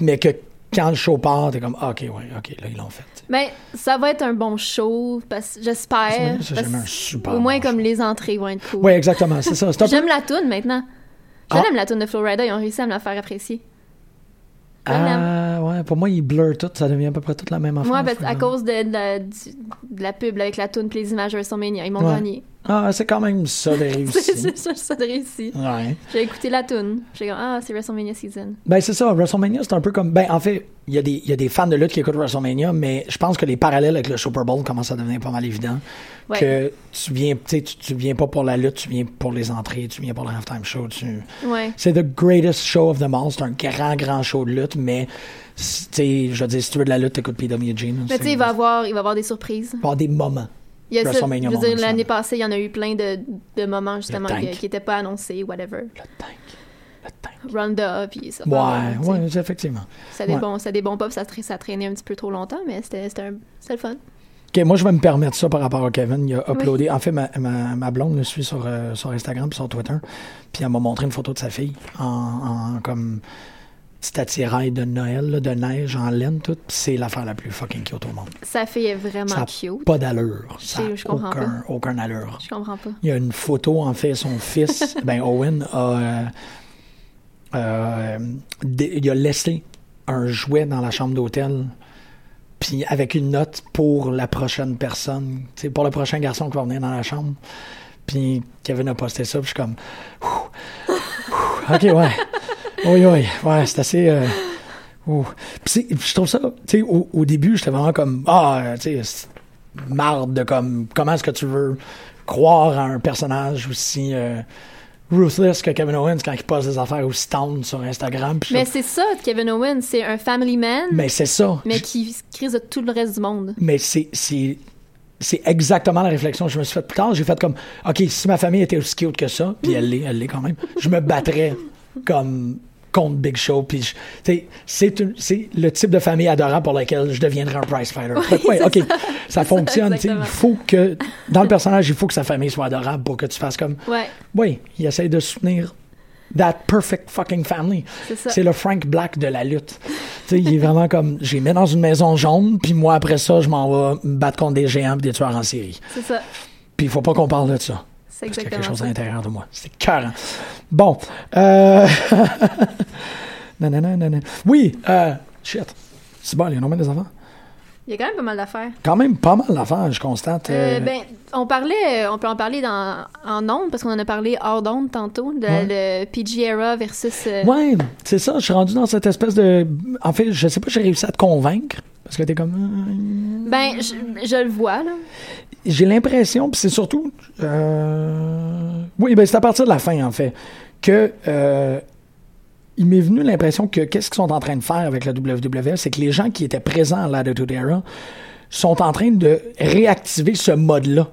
C: Mais que quand le show part, t'es comme ah, ok, ouais, ok, là ils l'ont fait. t'sais.
D: Mais ça va être un bon show, parce j'espère.
C: C'est
D: parce-
C: jamais un super.
D: Au moins,
C: bon
D: comme
C: show.
D: les entrées vont être cool.
C: Ouais, exactement, c'est ça. C'est un peu-
D: J'aime la toune maintenant.
C: Ah.
D: J'aime la toune de Florida, ils ont réussi à me la faire apprécier.
C: Ah, ouais, pour moi, ils blurrent tout, ça devient à peu près toute la même affaire.
D: Moi, parce-
C: faut
D: ben, à
C: que-
D: cause de, de la, du- de la pub avec la toune puis les images WrestleMania, ils m'ont
C: Ouais.
D: gagné.
C: Ah, c'est quand même ça de
D: [laughs] C'est
C: réussir.
D: c'est ça, ça de réussi.
C: Ouais.
D: J'ai écouté la tune. J'ai dit, ah, c'est WrestleMania Season.
C: Ben, c'est ça. WrestleMania, c'est un peu comme. Ben, en fait, il y, a des- il y a des fans de lutte qui écoutent WrestleMania, mais je pense que les parallèles avec le Super Bowl commencent à devenir pas mal évidents.
D: Ouais.
C: Que tu viens, tu, sais, tu tu viens pas pour la lutte, tu viens pour les entrées, tu viens pour le halftime show. Tu...
D: Ouais.
C: C'est the greatest show of them all. C'est un grand, grand show de lutte, mais si- tu sais, je veux dire, si tu veux de la lutte, t'écoutes PWG. là.
D: Mais tu sais,
C: C'est-
D: il va avoir, il va avoir des surprises.
C: il va y avoir des moments.
D: Il y a ça-
C: WrestleMania
D: je veux dire,
C: Moment,
D: l'année
C: ça.
D: passée, il y en a eu plein de, de moments justement
C: Le tank.
D: que- qui n'étaient pas annoncés, whatever.
C: Le tank. Le tank.
D: Ronda, puis ça.
C: Ouais,
D: Ah, tu sais,
C: ouais, effectivement.
D: Ça des
C: ouais.
D: bons, ça des bons pop, ça, tra- ça traînait un petit peu trop longtemps, mais c'était c'était un- c'était le fun.
C: OK, moi, je vais me permettre ça par rapport à Kevin. Il a uploadé. En fait, ma, ma, ma blonde le suit sur, euh, sur Instagram puis sur Twitter. Puis elle m'a montré une photo de sa fille en, en comme petit attirail de Noël, là, de neige en laine, tout. Puis c'est l'affaire la plus fucking cute au monde.
D: Sa fille est vraiment
C: Ça a
D: cute.
C: pas d'allure. Ça
D: sais,
C: a
D: je comprends
C: aucun, aucun allure.
D: Je comprends pas.
C: Il y a une photo, en fait, son
D: [laughs]
C: fils, ben Owen, a, euh, euh, dé- il a laissé un jouet dans la chambre d'hôtel, puis avec une note pour la prochaine personne, tu sais, pour le prochain garçon qui va venir dans la chambre. Puis Kevin a posté ça, puis je suis comme, Ouh, ouh, ok, ouais, oui, oui, ouais, c'est assez. euh, ouh. Puis c'est- je trouve ça, tu sais, au, au début, j'étais vraiment comme, ah, euh, tu sais, c'est- marde de comme comment est-ce que tu veux croire à un personnage aussi euh, ruthless que Kevin Owens quand il passe des affaires aussi tendres sur Instagram. Puis je
D: Mais
C: trouve-
D: c'est ça, Kevin Owens, c'est un family man, mais,
C: mais c'est ça. Je-
D: qui se crise de tout le reste du monde.
C: Mais c'est c'est c'est exactement la réflexion que je me suis faite plus tard. J'ai fait comme OK, si ma famille était aussi cute que ça, puis elle l'est, elle l'est quand même, je me battrais comme contre Big Show. Puis je- tu sais, c'est une- c'est le type de famille adorable pour laquelle je deviendrais un prize fighter. Je fais,
D: Oui,
C: ouais,
D: c'est
C: OK,
D: ça.
C: ça, fonctionne. tu sais, il
D: exactement.
C: faut que dans le personnage, il faut que sa famille soit adorable pour que tu fasses comme
D: Ouais,
C: oui, il essaie de soutenir that perfect fucking family.
D: C'est ça.
C: le Frank Black de la lutte. [laughs] tu sais, il est vraiment comme, j'ai mis dans une maison jaune, puis moi, après ça, je m'en vais me battre contre des géants pis des tueurs en série.
D: c'est ça.
C: Puis il faut pas qu'on parle de ça.
D: C'est
C: Parce qu'il y a quelque
D: exactement
C: chose à
D: ça.
C: l'intérieur de moi. C'est carré. Bon. Euh... [laughs] nanana, nanana. Oui, euh... shit. C'est bon, il y a des enfants.
D: Il y a quand même pas mal d'affaires.
C: Quand même pas mal d'affaires, je constate.
D: Euh,
C: euh,
D: ben, on parlait, on peut en parler dans, en ondes, parce qu'on en a parlé hors d'onde tantôt, de le PG Era versus... euh,
C: Ouais, c'est ça. Je suis rendu dans cette espèce de. En fait, je sais pas, j'ai réussi à te convaincre. Parce que t'es comme.
D: Ben, je, je le vois, là.
C: euh, J'ai l'impression, puis c'est surtout. euh, Oui, ben c'est à partir de la fin, en fait, que. euh, Il m'est venu l'impression que qu'est-ce qu'ils sont en train de faire avec la WWE, c'est que les gens qui étaient présents à l'Attitude Era sont en train de réactiver ce mode-là.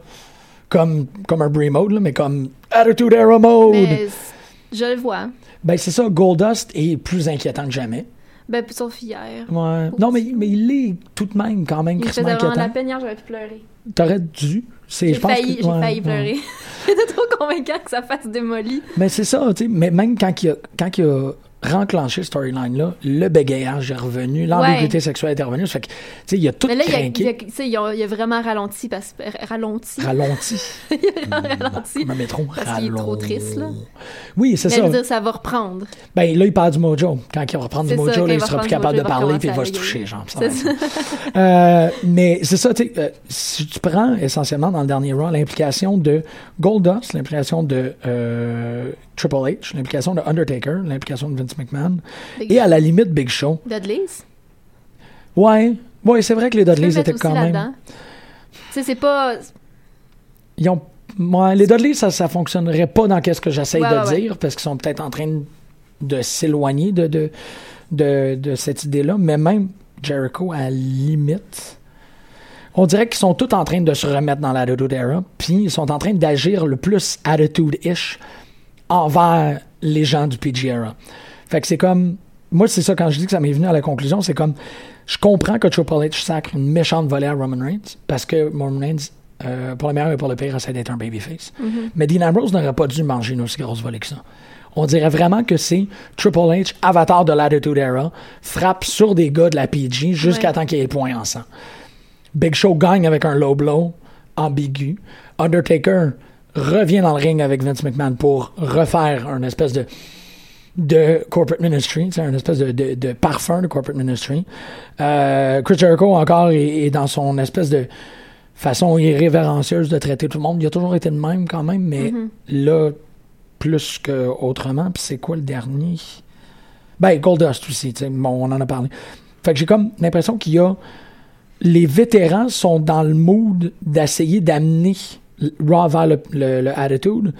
C: Comme, comme un Bray Mode, là, mais comme Attitude Era Mode.
D: Mais c- je le vois.
C: Ben, c'est ça, Goldust est plus inquiétant que jamais.
D: Ben, sauf hier.
C: Ouais. Non, mais, mais il est tout de même quand même
D: Il me faisait
C: crissement
D: vraiment de la
C: inquiétant.
D: peine hier, j'aurais pu pleurer.
C: T'aurais dû. C'est,
D: J'ai
C: hein? je pense
D: failli,
C: que-
D: j'ai
C: ouais,
D: failli
C: ouais.
D: pleurer. [laughs] J'étais trop convaincant que ça fasse démoli.
C: Mais c'est ça, tu sais. Mais même quand il a, quand il a renclenché ce storyline-là, le bégayage est revenu, l'ambiguïté sexuelle est revenue. Ça Fait que, tu sais, il a tout
D: Mais là, il y a, il y a-
C: craqué,
D: tu sais, ils ont- il y a vraiment ralenti. Parce, euh, ralenti. [laughs]
C: ralenti.
D: il y a vraiment ralenti.
C: Hum, Comme un métro.
D: Parce qu'il est trop
C: rallonge.
D: triste, là.
C: Oui, c'est
D: Mais
C: ça.
D: je veux dire, ça va reprendre.
C: Ben là, il parle du mojo. Quand il va reprendre du
D: C'est ça,
C: mojo,
D: quand
C: là,
D: il
C: il
D: va
C: sera plus
D: reprendre
C: capable
D: du
C: de
D: mojo, il va
C: parler, puis il va se
D: recommencer à
C: toucher, genre. ça va
D: C'est
C: être
D: ça.
C: Euh, mais c'est ça, tu sais, euh, si tu prends essentiellement dans le dernier round l'implication de Goldust, l'implication de euh, Triple H, l'implication de Undertaker, l'implication de Vince McMahon,
D: [laughs] Big
C: et
D: Show.
C: à la limite Big Show.
D: Dudley's.
C: Ouais, ouais, c'est vrai que les
D: Tu peux
C: Dudleys
D: mettre
C: étaient
D: aussi
C: quand même.
D: là-dedans. Tu sais, c'est pas...
C: Ils ont, ouais, les Dudleys, ça, ça fonctionnerait pas dans qu'est-ce que j'essaye
D: Ouais,
C: de
D: ouais, ouais.
C: dire, parce qu'ils sont peut-être en train de s'éloigner de, de, de, de cette idée-là, mais même Jericho, à la limite. On dirait qu'ils sont tous en train de se remettre dans l'attitude era, puis ils sont en train d'agir le plus attitude-ish envers les gens du PG era. Fait que c'est comme. Moi, c'est ça, quand je dis que ça m'est venu à la conclusion, c'est comme. Je comprends que Triple H sacre une méchante volée à Roman Reigns, parce que Roman Reigns, euh, pour le meilleur et pour le pire, essaie d'être un babyface. Mais Dean Ambrose n'aurait pas dû manger une aussi grosse volée que ça. On dirait vraiment que c'est Triple H, avatar de l'attitude era, frappe sur des gars de la PG jusqu'à
D: Ouais.
C: temps qu'il y ait point en sang. Big Show gagne avec un low blow ambigu. Undertaker revient dans le ring avec Vince McMahon pour refaire un espèce de de corporate ministry, c'est un espèce de, de, de parfum de corporate ministry. Euh, Chris Jericho encore est, est dans son espèce de façon irrévérencieuse de traiter tout le monde. Il a toujours été le même quand même, mais là, plus qu'autrement. Puis c'est quoi le dernier? Ben, Goldust aussi, tu sais, bon, on en a parlé. Fait que j'ai comme l'impression qu'il y a... Les vétérans sont dans le mood d'essayer d'amener Raw vers le, le- le Attitude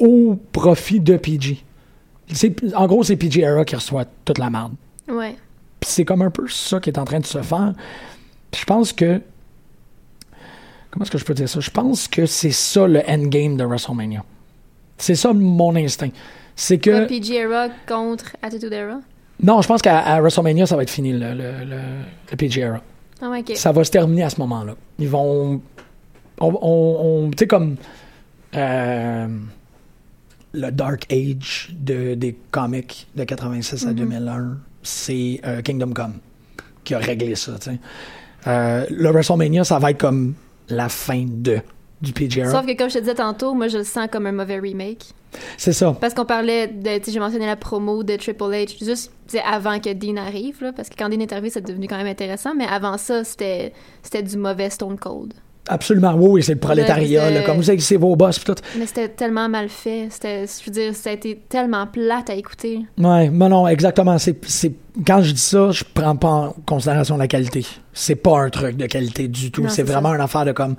C: au profit de PG. C'est- En gros, c'est PG Era qui reçoit toute la merde.
D: Ouais.
C: Puis c'est comme un peu ça qui est en train de se faire. Puis je pense que. Comment est-ce que je peux dire ça? Je pense que c'est ça le endgame de WrestleMania. C'est ça mon instinct. C'est que.
D: Quoi, PG Era contre Attitude Era?
C: Non, je pense qu'à à WrestleMania, ça va être fini le, le, le, le PG era.
D: Ah ouais, ok.
C: Ça va se terminer à ce moment-là. Ils vont. On, on- on- tu sais, comme. euh, le Dark Age de, des comics de 86 à 2001, c'est euh, Kingdom Come qui a réglé ça, tu sais. Euh, le WrestleMania, ça va être comme la fin de du PG era.
D: Sauf que comme je te disais tantôt, moi je le sens comme un mauvais remake.
C: C'est ça.
D: Parce qu'on parlait de, tu sais, j'ai mentionné la promo de Triple H, juste tu sais, avant que Dean arrive, là, parce que quand Dean est arrivé, c'est devenu quand même intéressant, mais avant ça, c'était, c'était du mauvais Stone Cold.
C: Absolument. Oui, oui, c'est le prolétariat.
D: Le-
C: là, comme vous savez, c'est vos boss pis tout.
D: Mais c'était tellement mal fait, c'était, je veux dire, ça a été tellement plate à écouter.
C: Ouais, mais non, exactement. C'est, c'est- quand je dis ça, je prends pas en considération la qualité. C'est pas un truc de qualité du tout.
D: Non,
C: c'est
D: c'est
C: vraiment
D: ça.
C: une affaire de comme,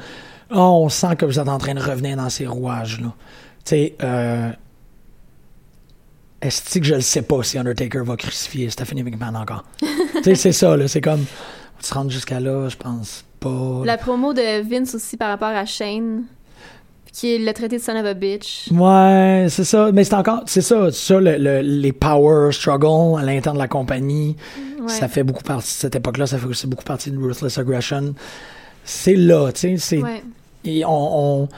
C: oh, on sent que vous êtes en train de revenir dans ces rouages là. Tu sais, euh, est-ce que je le sais pas si Undertaker va crucifier Stephanie McMahon
D: [laughs]
C: encore. tu sais, c'est ça là. C'est comme, on se rendre jusqu'à là, je pense pas.
D: La promo de Vince aussi par rapport à Shane, qui l'a traité de son of a bitch.
C: Ouais, c'est ça. Mais c'est encore, c'est ça, ça le- le- les power struggles à l'intérieur de la compagnie.
D: Ouais.
C: Ça fait beaucoup partie de cette époque-là. Ça fait aussi beaucoup partie de Ruthless Aggression. C'est là, tu sais. c'est-
D: Ouais.
C: et On, on,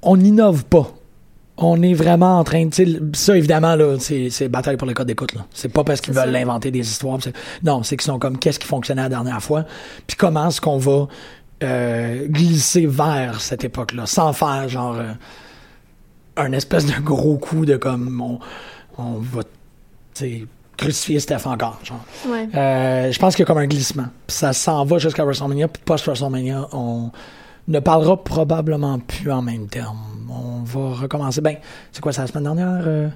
C: on innove pas. On est vraiment en train de. tu sais, Ça, évidemment, là, c'est c'est bataille pour le code d'écoute. là. C'est pas parce qu'ils
D: C'est
C: veulent
D: ça.
C: inventer des histoires. c'est- Non, c'est qu'ils sont comme qu'est-ce qui fonctionnait la dernière fois, puis comment est-ce qu'on va euh, glisser vers cette époque-là, sans faire genre euh, un espèce de gros coup de comme on, on va tu sais, crucifier Steph encore. Genre.
D: Ouais.
C: Euh, je pense qu'il y a comme un glissement. Puis ça s'en va jusqu'à WrestleMania. Puis post-WrestleMania, on ne parlera probablement plus en même terme. On va recommencer. Ben, c'est quoi, c'est la semaine dernière? euh,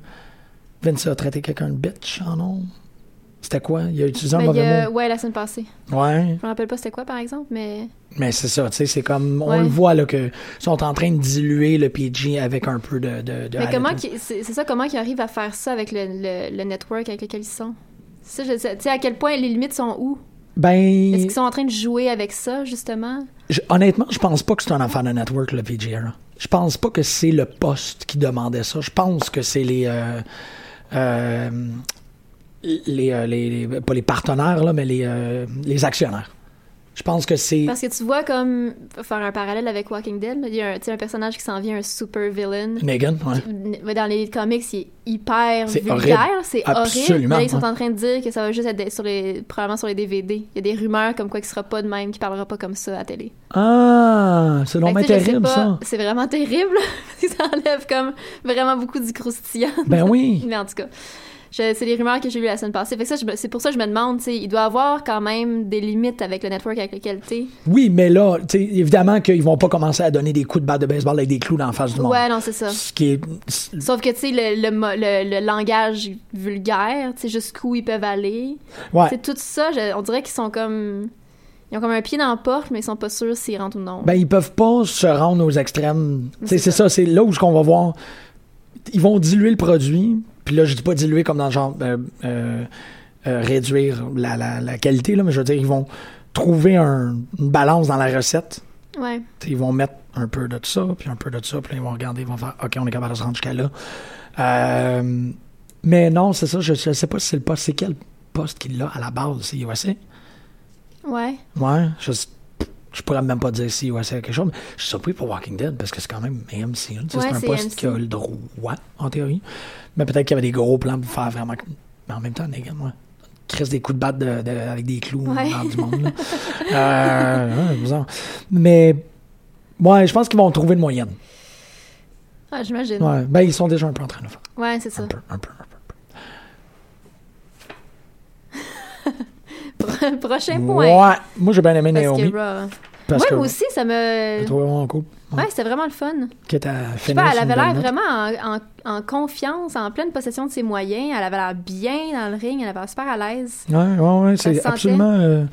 C: Vince a traité quelqu'un de bitch en nom? C'était quoi? Il a utilisé un
D: Ben, il y
C: mauvais
D: a- ouais, la semaine passée.
C: mot. Ouais.
D: Je me rappelle pas c'était quoi par exemple, mais
C: Mais c'est ça, tu sais, c'est comme. On
D: Ouais.
C: le voit, là, que sont en train de diluer le PG avec un peu de. de, de
D: Mais comment
C: attitude.
D: qu'ils- c'est c'est ça comment ils arrivent à faire ça avec le, le, le network avec lequel ils sont Ça, je sais- tu sais à quel point les limites sont où
C: Ben.
D: Est-ce qu'ils sont en train de jouer avec ça justement
C: Je- honnêtement, je pense pas que c'est un affaire de network, le PG Era. Je pense pas que c'est le poste qui demandait ça. Je pense que c'est les, euh, euh, les, euh, les, les- Pas les partenaires, là, mais les, euh, les actionnaires. Je pense que c'est.
D: Parce que tu vois comme faut faire un parallèle avec Walking Dead, là, il y a un, tu sais, un personnage qui s'en vient un super villain.
C: Negan, ouais.
D: Dans les comics, il est hyper
C: C'est
D: vulgaire,
C: horrible.
D: c'est horrible.
C: Absolument,
D: Là, ils sont
C: ouais.
D: en train de dire que ça va juste être des- sur les, probablement sur les DVD. Il y a des rumeurs comme quoi qu'il sera pas de même, qu'il parlera pas comme ça à télé.
C: Ah, c'est
D: Fait
C: non
D: que,
C: mais
D: Ben, tu sais, je sais
C: terrible,
D: pas,
C: ça.
D: C'est vraiment terrible. [laughs] ça enlève comme vraiment beaucoup du croustillant.
C: Ben oui.
D: [laughs] Mais en tout cas, je- c'est les rumeurs que j'ai lues la semaine passée. Fait que ça, je me- c'est pour ça que je me demande, tu sais, il doit avoir quand même des limites avec le network avec lequel t'es.
C: Oui, mais là, tu sais, évidemment qu'ils vont pas commencer à donner des coups de batte de baseball avec des clous dans la face du monde.
D: Ouais, non, c'est ça.
C: Ce qui est.
D: Sauf que, tu sais, le, le, mo- le- le langage vulgaire, tu sais, jusqu'où ils peuvent aller.
C: Ouais.
D: C'est tout ça, je- on dirait qu'ils sont comme... Ils ont comme un pied dans la porte, mais ils sont pas sûrs s'ils rentrent ou non.
C: Ben, ils peuvent pas se rendre aux extrêmes. Tu sais, C'est
D: C'est
C: ça, c'est là où ce qu'on va voir. Ils vont diluer le produit. Puis là, je dis pas diluer comme dans le genre euh, euh, euh, réduire la, la- la qualité, là, mais je veux dire, ils vont trouver un- une balance dans la recette.
D: ouais.
C: Tu sais, ils vont mettre un peu de ça, puis un peu de ça, puis là, ils vont regarder, ils vont faire OK, on est capable de se rendre jusqu'à là. Euh, mais non, c'est ça, je, je sais pas si c'est le poste. C'est quel poste qu'il a à la base, c'est USA?
D: Ouais.
C: Ouais, je, je pourrais même pas dire si ouais, c'est quelque chose. mais Je suis surpris pour Walking Dead parce que c'est quand même AMC. hein, tu sais,
D: Ouais,
C: c'est un
D: c'est
C: poste
D: AMC.
C: qui a le droit, en théorie. Mais peut-être qu'il y avait des gros plans pour faire vraiment. Mais en même temps, Negan, ouais. Chris des coups de batte de- de- avec des clous
D: Ouais.
C: dans du monde.
D: [laughs]
C: là. Euh, ouais, bizarre. Mais. Ouais, je pense qu'ils vont trouver le moyen.
D: Ah, j'imagine. Ouais,
C: Ouais. Ben, ils sont déjà un peu en train de le faire.
D: c'est ça.
C: Un peu, un peu, un peu.
D: [laughs] Prochain point.
C: Ouais. Moi, j'ai bien aimé
D: Parce que
C: Naomi.
D: Raw-
C: Parce
D: ouais,
C: que
D: moi aussi, ça me.
C: j'ai trouvé vraiment cool.
D: Ouais, c'était vraiment le fun.
C: Qui est à
D: Je sais
C: finir
D: pas, elle
C: sur une
D: avait
C: bonne
D: l'air
C: note.
D: vraiment en, en- en confiance, en pleine possession de ses moyens. Elle avait l'air bien dans le ring, elle avait l'air super à l'aise.
C: Ouais, ouais, ouais.
D: se
C: C'est
D: sentait.
C: absolument. euh,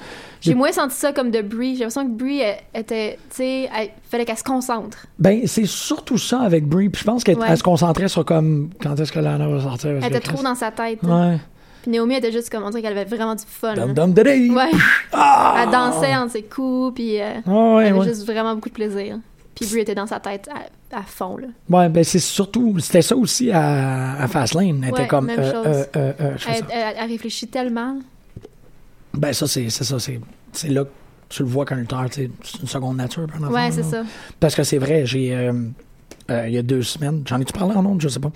D: J'ai
C: Et-
D: moins senti ça comme de Brie. J'ai l'impression que Brie elle, était, tu sais, elle- fallait qu'elle se concentre.
C: Ben, c'est surtout ça avec Brie. Puis je pense qu'elle
D: Ouais.
C: elle se concentrait sur comme quand est-ce que Lana va sortir.
D: Elle était trop dans sa tête.
C: Ouais.
D: Puis Naomi était juste comme on dirait qu'elle avait vraiment du fun.
C: Dum dum daddy.
D: Ouais.
C: Ah!
D: Elle dansait entre ses coups, puis euh,
C: Ouais, ouais,
D: elle avait
C: ouais.
D: juste vraiment beaucoup de plaisir. Puis Brie était dans sa tête à, à fond là.
C: Ouais, ben c'est surtout. C'était ça aussi à, à Fastlane. Elle était
D: Ouais,
C: comme.
D: même
C: euh,
D: chose.
C: euh, euh, euh, je fais
D: Elle,
C: ça.
D: elle- elle réfléchit tellement.
C: Ben, ça, c'est c'est ça. C'est c'est là que tu le vois qu'un lutteur, tu sais, c'est une seconde nature. pour un enfant,
D: Ouais,
C: là.
D: c'est ça.
C: Parce que c'est vrai, j'ai. euh, euh, il y a deux semaines, j'en ai-tu parlé en nombre, je sais pas.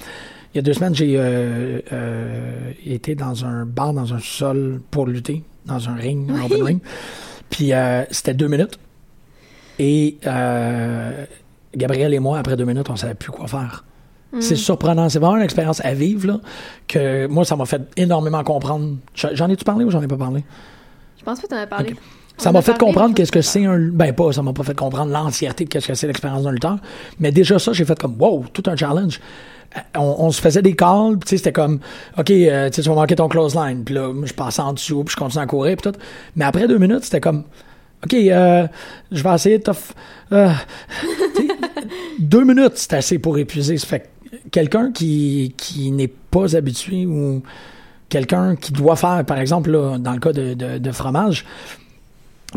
C: Il y a deux semaines, j'ai euh, euh, été dans un bar, dans un sol pour lutter, dans un ring, un open ring. Puis euh, c'était deux minutes. Et euh, Gabriel et moi, après deux minutes, on savait plus quoi faire. C'est surprenant. C'est vraiment une expérience à vivre, là, que moi, ça m'a fait énormément comprendre. J'en j'en ai-tu parlé ou j'en ai pas parlé?
D: Je pense pas que t'en as parlé.
C: Ok. Ça
D: On
C: m'a
D: a
C: fait
D: parlé,
C: comprendre
D: mais
C: qu'est-ce que c'est un. Ben, pas, ça m'a pas fait comprendre l'entièreté de qu'est-ce que c'est l'expérience d'un lutteur. Mais déjà, ça, j'ai fait comme, wow, tout un challenge. Euh, On, on se faisait des calls, puis tu sais, c'était comme, OK, euh, tu sais, tu vas manquer ton close line, puis là, moi, je passe en dessous, puis je continue à courir, puis tout. Mais après deux minutes, c'était comme, OK, euh, je vais essayer de te f- euh,
D: [laughs]
C: tu sais, deux minutes, c'est assez pour épuiser. Ça fait que quelqu'un qui, qui n'est pas habitué ou quelqu'un qui doit faire, par exemple, là, dans le cas de, de- de fromage,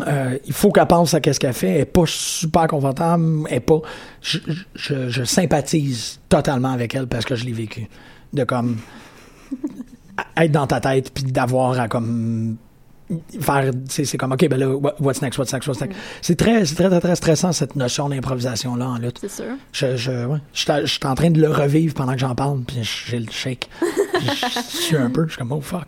C: euh, il faut qu'elle pense à qu'est-ce qu'elle fait. Elle est pas super confortable. Elle est pas. Je, je- je sympathise totalement avec elle parce que je l'ai vécu. De comme [laughs] à- être dans ta tête puis d'avoir à comme faire. tu sais, C'est comme ok ben là what- what's next, what's next, what's next. C'est très, c'est très, très, très stressant cette notion d'improvisation là en lutte.
D: C'est sûr.
C: Je, je, ouais. je, suis à- je suis en train de le revivre pendant que j'en parle, puis j'ai le shake. Puis je suis un peu, je suis comme, oh fuck.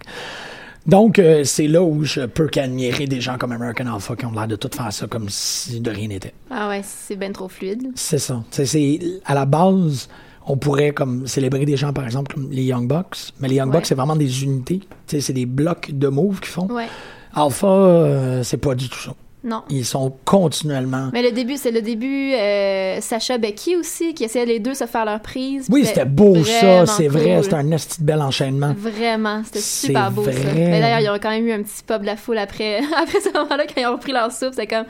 C: Donc, euh, c'est là où je peux qu'admirer des gens comme American Alpha qui ont l'air de tout faire ça comme si de rien n'était.
D: Ah ouais, c'est bien trop fluide.
C: C'est ça. Tu sais, c'est à la base, on pourrait comme célébrer des gens, par exemple, comme les Young Bucks, mais les Young
D: Ouais.
C: Bucks, c'est vraiment des unités. Tu sais, c'est des blocs de moves qu'ils font.
D: Ouais.
C: Alpha, euh, c'est pas du tout ça.
D: Non.
C: Ils sont continuellement.
D: Mais le début, c'est le début euh, Sacha Becky aussi qui essayaient les deux de se faire leur prise.
C: Oui, c'était beau ça,
D: vraiment
C: c'est vrai,
D: cool.
C: c'est un esti de bel enchaînement.
D: Vraiment, c'était
C: C'est
D: super beau ça.
C: vrai.
D: Mais d'ailleurs, ils ont quand même eu un petit pop de la foule après, [laughs] après ce moment-là quand ils ont repris leur soupe, c'était comme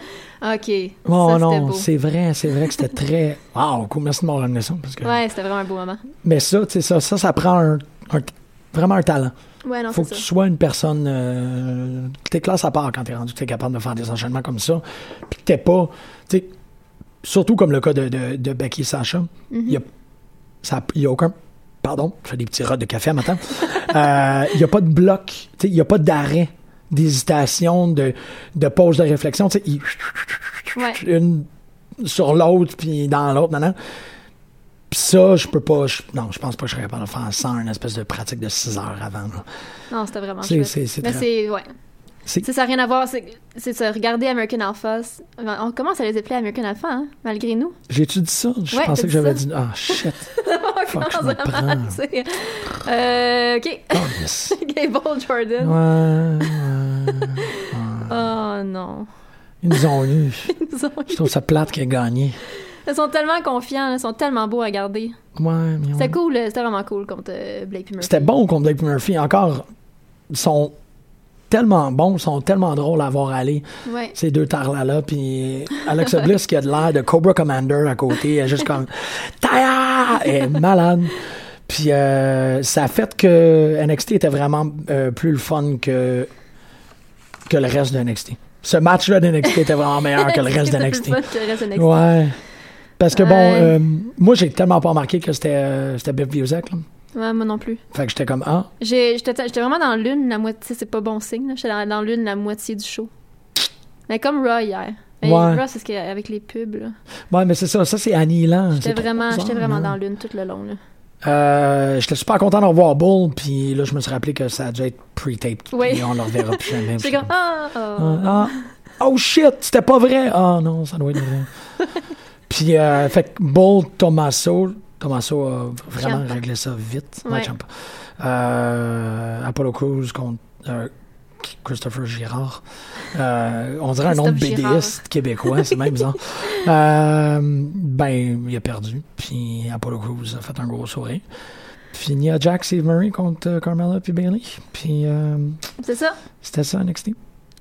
C: Oh
D: OK. ça, c'était
C: non,
D: beau.
C: c'est vrai, c'est vrai que c'était
D: [laughs]
C: très. Wow, cool, merci de m'avoir ramené ça. Parce que...
D: Ouais, c'était vraiment un beau moment.
C: Mais ça, tu sais, ça, ça, ça prend un, un- vraiment un talent.
D: Ouais, non,
C: faut
D: c'est
C: que tu
D: ça.
C: sois une personne. Euh, que t'es classe à part quand t'es rendu, que t'es capable de faire des enchaînements comme ça. Puis que t'es pas. Tu sais, surtout comme le cas de, de, de Becky et Sacha, il
D: Mm-hmm.
C: y a, ça- il y a aucun. Pardon, je fais des petits rats de café à matin. [laughs] Euh, Il n'y a pas de bloc, tu sais, il n'y a pas d'arrêt, d'hésitation, de, de pause de réflexion. tu sais, il-
D: Ouais.
C: une sur l'autre puis dans l'autre non, non. Puis ça, je peux pas. je- non, je pense pas que je serais capable de faire sans une espèce de pratique de 6 heures avant. là.
D: Non, c'était vraiment
C: C'est-
D: chouette.
C: c'est- c'est
D: Mais
C: très-
D: c'est ouais.
C: C'est-
D: Ça, ça n'a rien à voir. C'est c'est ça. Regarder American Alpha. c'est- On commence à les appeler American Alpha, hein, malgré nous. [laughs]
C: J'ai-tu dit ça? Je
D: Ouais,
C: pensais
D: t'as
C: que
D: dit
C: j'avais
D: ça.
C: dit. Ah, shit.
D: On
C: Fuck, je
D: commence
C: me
D: à
C: prends.
D: avancer. Euh, OK.
C: Oh,
D: [laughs]
C: yes.
D: Gable
C: Ouais,
D: Jordan.
C: ouais.
D: Oh non.
C: Ils nous ont eu.
D: Ils ont-
C: Je trouve ça plate qu'il a gagné.
D: Ils sont tellement confiants, là, ils sont tellement beaux à regarder.
C: Ouais, mais ouais.
D: C'était cool, là, c'était vraiment cool contre euh, Blake puis Murphy.
C: C'était bon contre Blake Murphy. Encore, ils sont tellement bons, ils sont tellement drôles à voir aller.
D: Ouais.
C: ces deux tarlas-là, puis Alexa Bliss qui a de l'air de Cobra Commander à côté, elle est juste comme Taya! Elle est malade. Puis euh, ça a fait que NXT était vraiment euh, plus le fun que, que le reste de NXT. Ce match-là de NXT était vraiment meilleur
D: [laughs]
C: que le reste de
D: C'était
C: NXT.
D: plus fun que le reste de NXT.
C: Ouais. Parce que bon,
D: Ouais.
C: euh, moi j'ai tellement pas remarqué que c'était euh, c'était Biff Viozek, là.
D: Ouais, moi non plus.
C: Fait que j'étais comme Ah,
D: J'ai- J'étais j'étais vraiment dans l'une la moitié, c'est pas bon signe, là. j'étais dans, dans l'une la moitié du show. Mais comme Raw hier. Mais
C: Ouais.
D: Raw, c'est ce qu'il y a avec les pubs. là.
C: ouais, mais c'est ça, ça c'est annihilant.
D: J'étais
C: C'est
D: vraiment,
C: trop
D: j'étais
C: bizarre,
D: vraiment
C: hein.
D: dans l'une tout le long. Là.
C: Euh, j'étais super content d'en voir Bull, puis là, je me suis rappelé que ça a dû être pre-taped.
D: Oui.
C: Puis on le reverra plus
D: [laughs]
C: jamais.
D: J'étais comme, ah,
C: Ah,
D: ah.
C: ah. oh shit, c'était pas vrai. Ah non, ça doit être
D: [laughs]
C: vrai. puis, euh, fait que Bull, Tommaso, Tommaso a vraiment
D: Ciampa.
C: réglé ça vite. Ouais,
D: Ouais.
C: Ciampa. Euh, Apollo Crews contre euh, avec Christopher Girard. Euh, on dirait un nom de
D: Christophe
C: BDiste québécois, c'est même
D: [laughs]
C: bizarre. Euh, ben, il a perdu. Puis Apollo Crews a fait un gros sourire. Puis Nia Jax et Murray contre euh, Carmella puis Bailey. Puis euh,
D: C'est ça?
C: c'était ça NXT.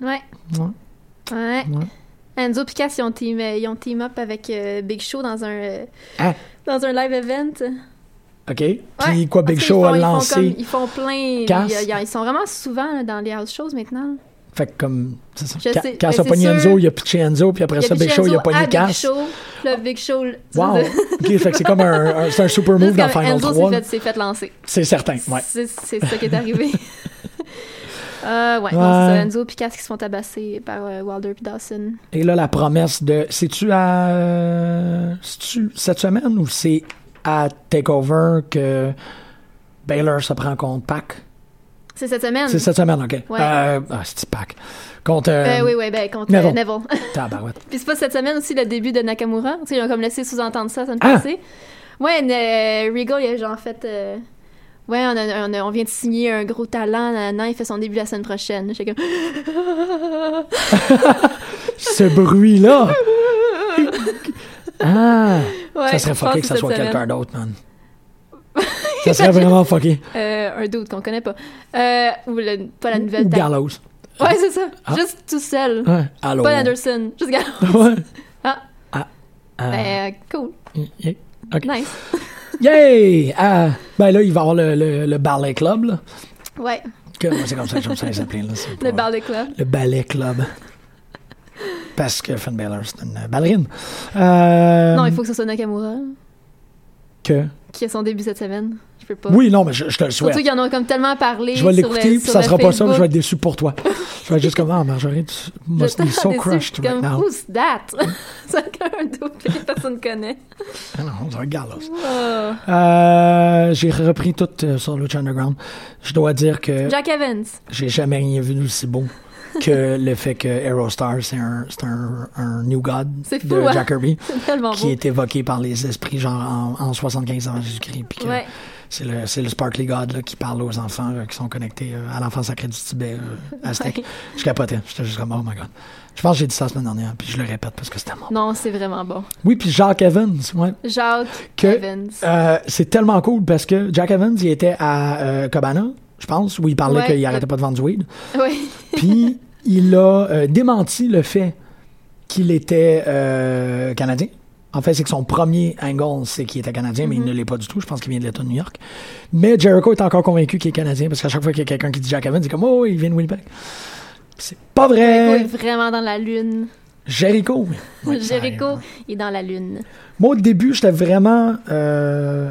D: Ouais.
C: Ouais.
D: Ouais.
C: Ouais.
D: Enzo et Cass, ils ont team, euh, ils ont team up avec euh, Big Show dans un, euh,
C: Ah.
D: dans un live event.
C: OK? Puis
D: Ouais.
C: quoi, Big
D: Parce
C: Show
D: qu'ils font-
C: a
D: ils font comme-
C: lancé.
D: Ils font, plein.
C: Cass.
D: Ils, ils- ils sont vraiment souvent là, dans les house shows maintenant.
C: Fait que comme. C'est ça.
D: Je
C: Ca-
D: sais,
C: Quand
D: mais
C: ça a
D: c'est
C: pogné
D: sûr-
C: Enzo, il a pitché Enzo, puis après ça,
D: Big
C: Big Show, il a pogné
D: à Big
C: Cass.
D: Show. Puis là, Big Show.
C: Wow! [laughs] OK, fait que c'est comme un, un- c'est un super move
D: Juste
C: dans
D: comme
C: Final
D: Enzo s'est
C: 3.
D: fait- s'est fait, lancer.
C: C'est certain, ouais.
D: C'est c'est ça qui
C: [laughs]
D: est arrivé. Euh, ouais, non, c'est
C: Ouais.
D: ça. Enzo et Cass qui se font tabasser par euh, Wilder et Dawson.
C: Et là, la promesse de. C'est-tu à. euh, c'est-tu cette semaine ou c'est à TakeOver que Baylor se prend contre Pac?
D: C'est cette semaine.
C: C'est cette semaine, OK.
D: Ouais.
C: Euh, ah, c'est Pac. Contre. euh,
D: Euh, oui, oui, ben contre
C: Neville.
D: euh, Neville. [laughs]
C: Tabarouette.
D: Puis c'est pas cette semaine aussi le début de Nakamura. Tu sais, ils ont comme laissé sous-entendre ça, ça me
C: Ah!
D: passait. Ouais, ne- euh, Regal, il a genre fait. euh, Ouais, on, a- on a- on vient de signer un gros talent, nanana, il fait son début la semaine prochaine. J'étais comme. [laughs]
C: Ce
D: [laughs]
C: bruit-là! ah!
D: Ouais,
C: ça serait
D: je pense
C: fucké que ça
D: c'est
C: soit
D: cette
C: quelqu'un
D: semaine.
C: d'autre,
D: [laughs]
C: man. ça serait vraiment fucké.
D: Euh, un doute qu'on connaît pas. Euh, ou le- pas la nouvelle
C: Ou
D: tête.
C: Gallows.
D: Ouais, c'est ça.
C: Ah.
D: Juste tout seul.
C: Ouais. Allô?
D: Pas Anderson. Juste Gallo.
C: [laughs] Ouais.
D: Ah.
C: Ah. Ah.
D: Ben, cool.
C: Yeah. OK.
D: Nice.
C: Yay! Ah, ben là, il va y avoir le, le, le ballet club, là.
D: Ouais,
C: Que- moi, c'est comme ça que j'aime ça les appeler, là. c'est
D: [laughs] le
C: pas-
D: ballet club.
C: le ballet club. Parce que Finn Balor, c'est une ballerine. Euh,
D: Non, il faut que ce soit Nakamura
C: que...
D: qui a son début cette semaine. Je peux pas.
C: Oui, non, mais je, je te le
D: Surtout
C: souhaite.
D: qu'ils en ont comme tellement parlé.
C: Je vais
D: sur
C: l'écouter,
D: le-
C: puis
D: sur
C: ça
D: le
C: sera pas ça,
D: Facebook.
C: puis je vais
D: [laughs]
C: être déçu pour toi. Je vais être juste comme, ah, Marjorie, tu must be
D: J'étais
C: so
D: déçue,
C: crushed right
D: comme,
C: now.
D: Who's that? [laughs] C'est comme un doute que personne connaît.
C: Ah non, on dirait Gallows.
D: Oh.
C: Euh, j'ai repris tout euh, sur Lucha Underground. Je dois dire que
D: Jack Evans.
C: j'ai jamais rien vu d'aussi beau
D: [laughs]
C: que le fait que Aerostar, c'est un, c'est un, un New God
D: C'est fou,
C: de
D: hein?
C: Jack Kirby.
D: C'est tellement
C: qui
D: beau.
C: est évoqué par les esprits genre en, en 75 avant Jésus-Christ. puis que
D: Ouais.
C: C'est le, c'est le Sparkly God là, qui parle aux enfants euh, qui sont connectés euh, à l'enfant sacré du Tibet euh, aztèque.
D: Ouais.
C: Je capotais. J'étais juste comme, oh my god. Je pense que j'ai dit ça la semaine dernière, puis je le répète parce que c'était mort.
D: Non, c'est vraiment bon.
C: Oui, puis Jacques Evans, ouais.
D: Jacques
C: Que-
D: Evans.
C: Euh, c'est tellement cool parce que Jack Evans, il était à euh, Cabana, je pense, où il parlait
D: Ouais.
C: qu'il arrêtait pas de vendre du weed.
D: Oui.
C: Puis [laughs] il a euh, démenti le fait qu'il était euh, canadien. En fait, c'est que son premier angle, c'est qu'il était canadien,
D: Mm-hmm.
C: mais il ne l'est pas du tout. Je pense qu'il vient de l'État de New York. Mais Jericho est encore convaincu qu'il est canadien parce qu'à chaque fois qu'il y a quelqu'un qui dit Jack Evans, c'est comme oh, il vient de Winnipeg. C'est pas
D: Jericho
C: vrai.
D: est vraiment dans la lune. [laughs]
C: Jericho. oui.
D: Jericho est dans la lune.
C: Moi, au début, j'étais vraiment. euh,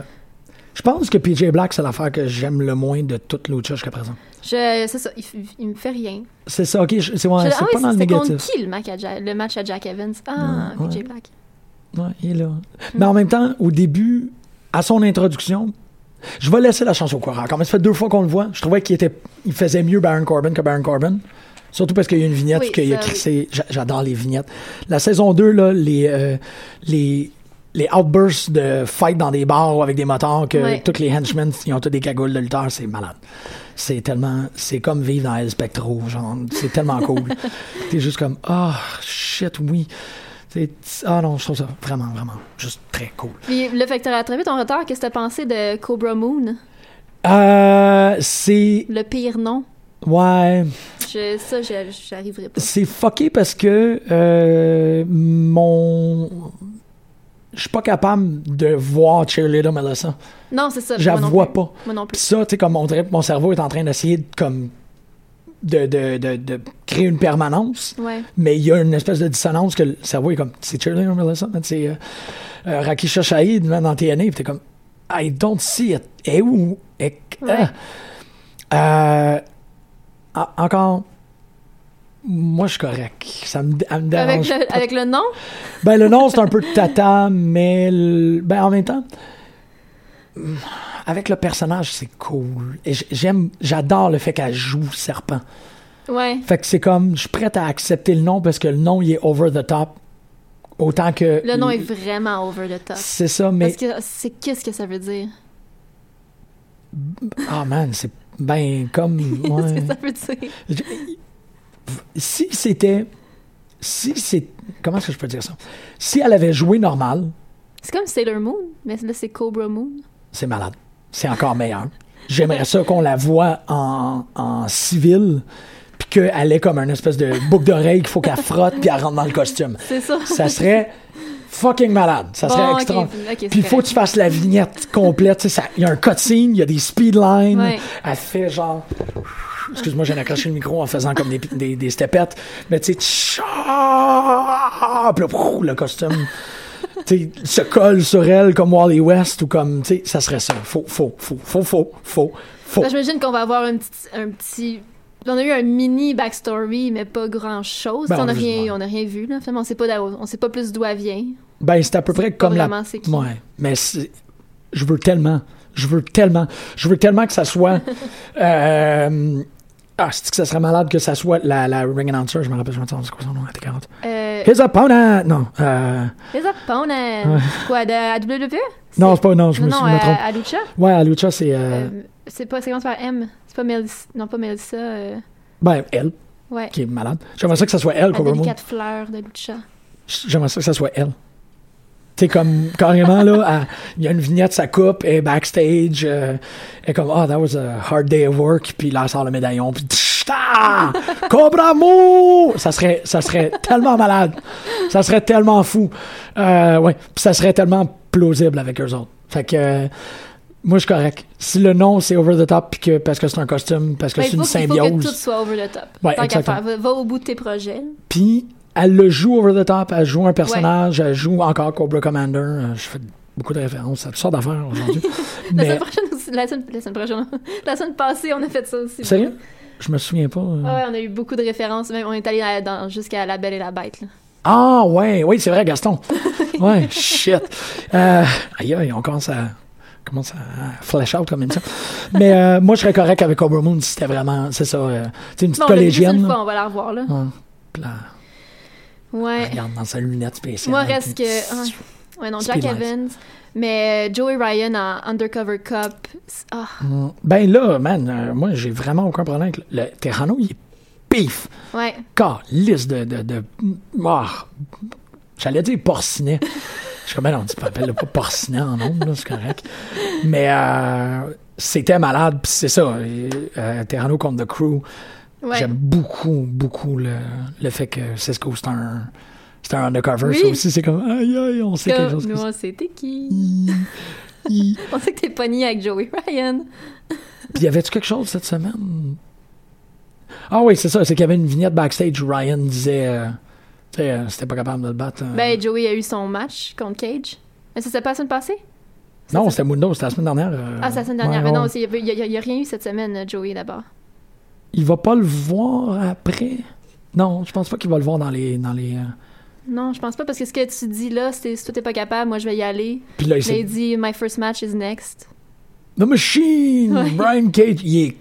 C: je pense que PJ Black, c'est l'affaire que j'aime le moins de toute Lucha jusqu'à présent.
D: Je, c'est ça, il, f- il me fait rien.
C: C'est ça, ok? je- C'est ouais,
D: Je-
C: c'est
D: ah
C: pas
D: oui,
C: dans le
D: c'était
C: négatif.
D: contre qui le match à, Ja- le match à Jack Evans? Ah,
C: Ouais,
D: PJ
C: ouais.
D: Black.
C: Ouais, il est là.
D: Hmm.
C: Mais en même temps, au début, à son introduction, je vais laisser la chance au courant. Comme ça fait deux fois qu'on le voit, je trouvais qu'il était, il faisait mieux Baron Corbin que Baron Corbin. Surtout parce qu'il y a une vignette
D: Oui,
C: qu'il a
D: ça,
C: crissé. J'a- J'adore les vignettes. La saison 2, là, les, euh, les, les outbursts de fight dans des bars ou avec des motards que
D: Ouais.
C: tous les henchmen, ils ont tous des cagoules de lutteurs, c'est malade. C'est tellement. C'est comme vivre dans El Spectro, genre. C'est tellement cool. T'es juste comme, ah, shit, oui. C'est- Ah non, je trouve ça vraiment, vraiment juste très cool.
D: Puis le fait que t'as rattrapé ton retard, qu'est-ce que t'as pensé de Cobra Moon?
C: Euh, c'est.
D: Le pire nom?
C: Ouais.
D: Je, ça, je- j'arriverai pas.
C: C'est fucké parce que euh, mon. Je suis pas capable de voir Cheerleader Melissa.
D: Non, c'est ça.
C: Je la
D: moi non
C: vois
D: plus.
C: pas.
D: Moi non
C: Puis
D: plus.
C: ça, tu sais, comme on dirait que mon cerveau est en train d'essayer de, comme. De, de, de, de créer une permanence.
D: Ouais.
C: Mais il y a une espèce de dissonance que le cerveau est comme. C'est Cheerleader Melissa, man, c'est. Euh, euh, Rakisha Shahid, man, dans TNA. Puis t'es comme. I don't see it. Eh, Et où? Et,
D: Ouais.
C: Euh, en- encore, moi, je suis correct. Ça me, elle me
D: Avec
C: dérange.
D: le,
C: pas.
D: avec le nom?
C: Ben, le nom, c'est un peu tata, mais le- ben, en même temps, avec le personnage, c'est cool. Et j- J'aime, j'adore le fait qu'elle joue serpent.
D: Ouais.
C: Fait que c'est comme, je suis prête à accepter le nom parce que le nom, il est over the top. Autant que.
D: Le nom est vraiment over the top.
C: C'est ça, mais.
D: Parce que c'est qu'est-ce que ça veut dire?
C: Ah, man, c'est. Ben, comme.
D: Qu'est-ce [laughs]
C: ouais.
D: que ça veut dire?
C: Je- si c'était. Si c'est. Comment est-ce que je peux dire ça? Si elle avait joué normal,
D: C'est comme Sailor Moon, mais là, c'est Cobra Moon.
C: c'est malade. C'est encore meilleur. J'aimerais ça qu'on la voit en, en civil, puis qu'elle ait comme une espèce de boucle d'oreille qu'il faut qu'elle frotte, puis elle rentre dans le costume. [laughs]
D: C'est ça.
C: Ça serait fucking malade. Ça serait
D: Bon, ok,
C: extra.
D: ok, c'est
C: Puis il faut que
D: correct.
C: tu fasses la vignette complète. tu sais, ça- Il y a un cutscene, il y a des speedlines.
D: Ouais.
C: Elle fait genre. Excuse-moi, j'ai accroché le micro en faisant comme des, des, des stepettes. Mais tu sais, tcha- puis là, prou, le costume tu sais, se colle sur elle comme Wally West ou comme. tu sais, Ça serait ça. Faux, faux, faux, faux, faux, faux, faux.
D: Là, J'imagine qu'on va avoir un petit, un petit. On a eu un mini backstory, mais pas grand chose.
C: Ben,
D: on n'a
C: on a juste-
D: rien, on a rien vu, là. Finalement, on sait pas, d'où- on sait pas plus d'où elle vient.
C: Ben, c'est à peu près comme la.
D: vraiment c'est qui.
C: Ouais. Mais c'est- je veux tellement. Je veux tellement. Je veux tellement que ça
D: [laughs]
C: soit. euh, Ah, c'est que ça serait malade que ça soit la, la ring announcer. Je me rappelle, je me souviens, c'est quoi son nom, elle était 40.
D: Euh,
C: His opponent! Non, euh,
D: les opponents. Quoi, de à WWE?
C: non, c'est pas, non, je
D: Non,
C: me,
D: non,
C: suis- je me
D: à-
C: trompe.
D: à Lucha?
C: Ouais, à Lucha, c'est, euh,
D: Euh, c'est pas, c'est commence par M. C'est pas Melissa. Non, pas Melissa. euh,
C: ben, elle,
D: ouais.
C: qui est malade. J'aimerais ça que ça soit elle,
D: La
C: Cobra Moon.
D: délicate fleur de Lucha.
C: J'aimerais ça que ça soit elle. Tu sais, comme, carrément, là, elle- il y a une vignette, ça coupe, et backstage, euh, elle est comme, ah, that was a hard day of work, puis là, elle sort le médaillon, puis tch, ah, Cobra Moon! Ça serait, ça serait tellement malade. Ça serait tellement fou. Euh, ouais, puis ça serait tellement plausible avec eux autres. Fait que, euh, moi, je suis correct. Si le nom, c'est over the top, puis que, parce que c'est un costume, parce que
D: Ben,
C: c'est
D: il faut,
C: une
D: qu'il- il faut que tout
C: symbiose.
D: soit over the top.
C: Ouais,
D: Tant qu'à
C: exactement.
D: faire. Va, va au bout de tes projets.
C: Puis elle le joue over the top, elle joue un personnage, elle joue encore Cobra Commander. Euh, Je fais beaucoup de références à toutes sortes d'affaires aujourd'hui.
D: [laughs] La
C: Mais
D: semaine prochaine aussi- La semaine, la semaine prochaine. la semaine passée, on a fait ça aussi.
C: sérieux, je me souviens pas. euh.
D: Ah ouais, on a eu beaucoup de références. Même, on est allé à- dans- jusqu'à La Belle et la Bête. là.
C: Ah ouais, oui c'est vrai
D: [laughs]
C: Gaston. Ouais, shit. Euh, aïe aïe, on commence à commence à flash out comme ça. Mais euh, moi je serais correct avec Cobra Moon si c'était vraiment, c'est ça, euh, tu sais, une petite
D: Bon, on l'a vu juste
C: collégienne.
D: une
C: là.
D: fois, on va la revoir là.
C: Ouais. Puis là, elle
D: Ouais.
C: Ah, regarde dans sa lunette spéciale.
D: Moi reste
C: puis-
D: que. Ouais, Ouais, non, Jack
C: Speed Lies.
D: Evans. Mais euh, Joey Ryan en Undercover Cup. c'est- Ah,
C: Ben là, man, euh, moi j'ai vraiment aucun problème avec le, le Terrano, il est pif.
D: ouais.
C: calice de. de, de ah, J'allais dire porcinet. Je suis comme, ben non, tu m'appelles pas porcinet en nombre, c'est correct. Mais euh, c'était malade, puis c'est ça. et, euh, Terrano contre The Crew.
D: ouais.
C: J'aime beaucoup, beaucoup le, le fait que Cisco, c'est un, c'est un undercover. Ça
D: Oui.
C: aussi, c'est comme, aïe, aïe, on sait quelque
D: Comme
C: chose.
D: nous,
C: que c'est.
D: on sait t'es qui. on sait que t'es pogné avec Joey Ryan.
C: Puis y avait-tu quelque chose cette semaine? Ah oui, c'est ça. C'est qu'il y avait une vignette backstage où Ryan disait, euh, tu sais, euh, c'était pas capable de le battre. euh,
D: Ben, Joey a eu son match contre Cage. Mais ça s'est pas la semaine passée?
C: Non,
D: ça-
C: c'était Mundo, c'était la semaine dernière. euh,
D: Ah, c'est la semaine dernière.
C: ouais,
D: mais non,
C: ouais.
D: c'est- il n'y a, il y a rien eu cette semaine, euh, Joey, d'abord.
C: Il va pas le voir après. Non, je pense pas qu'il va le voir dans les. Dans les euh,
D: Non, je pense pas, parce que ce que tu dis là, c'est si toi t'es pas capable, moi je vais y aller.
C: Puis là, il
D: J'ai
C: s'est.
D: dit My first match is next.
C: The Machine!
D: Ouais.
C: Brian Cage, il est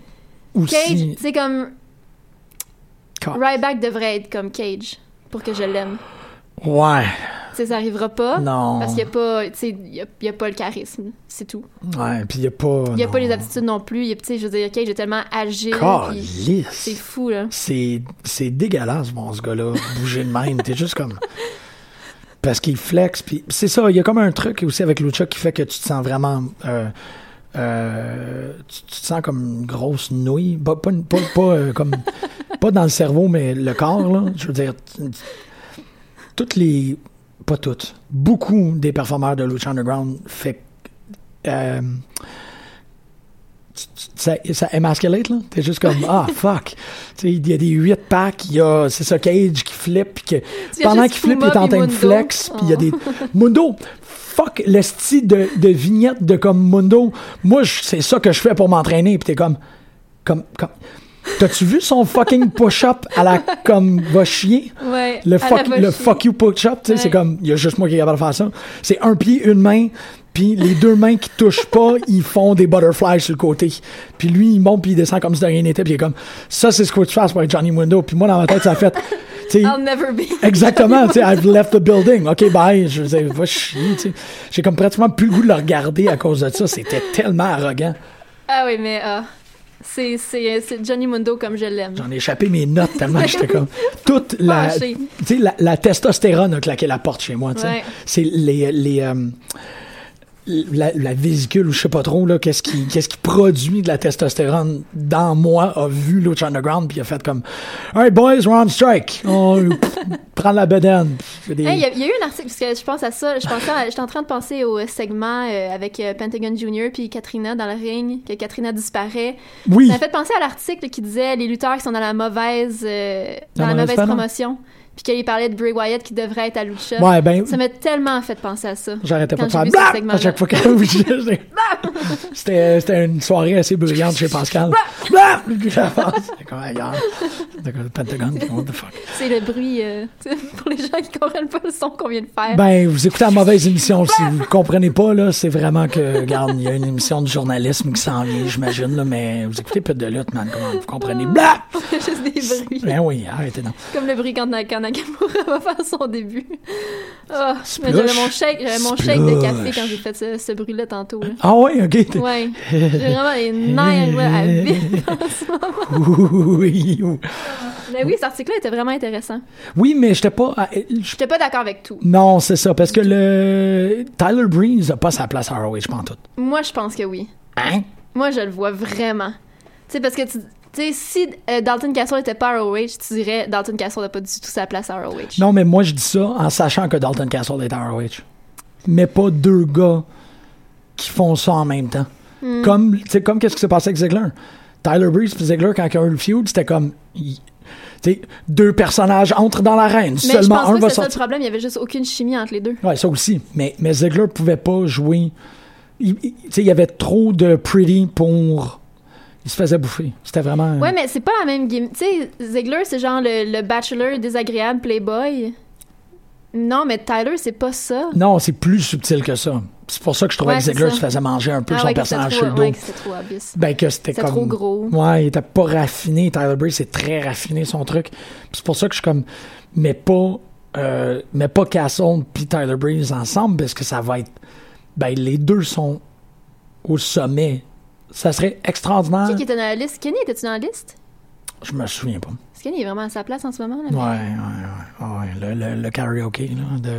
C: aussi.
D: Cage, c'est comme.
C: Cage.
D: Ryback devrait être comme Cage pour que je l'aime.
C: Ouais,
D: Tu sais, ça arrivera pas.
C: non.
D: Ah, Parce qu'il n'y a, pas- tu sais, il y a, il y a pas le charisme, c'est tout.
C: Ouais, puis il y a pas.
D: Il n'y a pas les aptitudes non plus. Il y a- tu sais, je veux dire, Cage est tellement agile. puis C'est
C: Calice!
D: fou, là.
C: C'est c'est dégueulasse, bon, ce gars-là. Bouger de même, t'es juste comme. Parce qu'il flex, puis c'est ça, il y a comme un truc aussi avec Lucha qui fait que tu te sens vraiment. euh, euh, tu, tu te sens comme une grosse nouille. Pas, pas, une- pas- pas, euh, comme, pas dans le cerveau, mais le corps, là. Je veux dire, tu- tu- toutes les. Pas toutes. Beaucoup des performeurs de Lucha Underground fait. que, euh, tu- tu- ça, ça émasculate, là. T'es juste comme,
D: [laughs]
C: ah, fuck. Tu sais, il y a des 8 packs, il y a, c'est ça, Cage qui flippe, puis que,
D: Tu as
C: pendant
D: juste
C: qu'il flippe, il
D: Puma
C: est en
D: puis
C: train de
D: Mundo.
C: flex, puis il y a
D: Oh. [laughs]
C: des. Mundo! Fuck le style de, de vignette de comme Mundo. Moi, je- c'est ça que je fais pour m'entraîner, puis t'es comme. Comme. comme T'as-tu vu son fucking push-up à
D: [laughs]
C: la comme va chier?
D: Ouais.
C: Le
D: à la
C: fuck, le
D: Boshi.
C: fuck you push-up, tu sais, c'est
D: Ouais.
C: comme, il y a juste moi qui est capable de faire ça. C'est un pied, une main, puis les deux mains qui touchent
D: [laughs]
C: pas, ils font des butterflies sur le côté. Puis lui, il monte, puis il descend comme si de rien n'était, puis il est comme, ça, c'est ce que tu fais pour être Johnny Window. Puis moi, dans ma tête, ça a fait, tu sais,
D: I'll never be.
C: Exactement,
D: [laughs]
C: tu sais, I've left the building. OK, bye. Je veux dire, va chier, tu sais. J'ai comme pratiquement plus le goût de le regarder à cause de ça. C'était tellement arrogant.
D: Ah oui, mais ah, C'est- C'est c'est Johnny Mundo comme je l'aime.
C: J'en ai échappé mes notes tellement j'étais
D: [laughs]
C: comme. Toute la.
D: Penché.
C: Tu sais, la, la testostérone a claqué la porte chez moi, tu sais.
D: Ouais.
C: C'est les. les euh, la, la vésicule ou je sais pas trop là qu'est-ce qui qu'est-ce qui produit de la testostérone dans moi a vu Lucha Underground puis a fait comme All right boys we're on strike
D: [laughs]
C: on prend la bedaine J'ai des-
D: Hey, Il y, a- il y a eu un article, parce que je pense à ça, je pensais à- j'étais en train de penser au euh, segment euh, avec euh, Pentagon Junior puis Katrina dans le ring, que Katrina disparaît.
C: oui
D: Ça m'a fait penser à l'article qui disait les lutteurs qui sont dans la mauvaise, euh, dans
C: Dans
D: la
C: la
D: mauvaise
C: mauvaise
D: promotion, puis qu'il parlait de Bray Wyatt qui devrait être à Lucha.
C: ouais ben
D: Ça m'a tellement fait penser à ça.
C: J'arrêtais pas de faire
D: Quand j'ai vu ce
C: BAM
D: segment-là.
C: à chaque fois que oui,
D: [laughs]
C: j'étais- C'était euh, c'était une soirée assez bruyante chez Pascal. BAM! J'avance. C'est comme ailleurs. C'est comme le Pentagone. What the fuck?
D: C'est le bruit euh, [laughs] pour les gens qui comprennent pas le son qu'on vient de faire. [laughs]
C: Ben, vous écoutez la mauvaise émission. Si vous comprenez pas, là, c'est vraiment que, regarde, il y a une émission de journalisme qui s'en vient, j'imagine, là, mais vous écoutez peu de lutte, man. Comment vous comprenez? BAM!
D: Juste des bruits.
C: Ben oui, arrêtez donc.
D: Comme le bruit quand, Na- quand Nakamura va faire son début. Oh, mais
C: Splush.
D: j'avais mon shake, j'avais mon shake de café
C: Splush.
D: quand j'ai fait ce, ce bruit-là tantôt. là.
C: Ah oui, ok. t'es-
D: Ouais. J'ai vraiment les nerfs là, à vide.
C: Oui, oui.
D: Mais oui, cet article-là était vraiment intéressant.
C: Oui, mais j'étais pas. à- je-
D: J'étais pas d'accord avec tout.
C: Non, c'est ça, parce que le. Tyler Breeze a pas sa place à ROH, pantoute.
D: Moi, je pense que oui.
C: Hein?
D: Moi, je le vois vraiment. Tu sais, parce que tu. Tu sais, si euh, Dalton Castle n'était pas à ROH, tu dirais Dalton Castle n'a pas du tout sa place à ROH.
C: Non, mais moi, je dis ça en sachant que Dalton Castle est à ROH. Mais pas deux gars qui font ça en même temps.
D: Hmm.
C: Comme, tu sais, comme qu'est-ce qui s'est passé avec Ziggler. Tyler Breeze et Ziggler, quand ils ont eu le feud, c'était comme... y- tu sais, deux personnages entrent dans l'arène.
D: mais je
C: Seulement
D: pense
C: un
D: pas que
C: va
D: c'est ça le
C: sortir.
D: problème. Il y avait juste aucune chimie entre les deux.
C: Ouais, ça aussi. Mais, mais Ziggler pouvait pas jouer... il- il- Tu sais, il y avait trop de pretty pour... Il se faisait bouffer. C'était vraiment...
D: Ouais, mais c'est pas la même game. Tu sais, Ziegler, c'est genre le, le bachelor désagréable playboy. Non, mais Tyler, c'est pas ça.
C: Non, c'est plus subtil que ça. C'est pour ça que je trouvais
D: Ouais,
C: que
D: c'est
C: Ziggler
D: ça.
C: se faisait manger un peu son
D: que c'était
C: personnage sur
D: trop,
C: le dos.
D: Ah ouais, que c'était trop obvious.
C: Ben que c'était
D: C'était
C: comme.
D: trop gros.
C: Ouais, il était pas raffiné. Tyler Breeze, c'est très raffiné son truc. Puis c'est pour ça que je suis comme. Mais pas. euh, mais pas Castle puis Tyler Breeze ensemble, parce que ça va être. Ben les deux sont au sommet. Ça serait extraordinaire.
D: Qui était dans la liste? Kenny, était-tu dans la liste?
C: Je me souviens pas.
D: Parce que Kenny est vraiment à sa place en ce moment. Là,
C: Ouais, ouais, ouais. ouais. Le, le, le karaoke, là. De...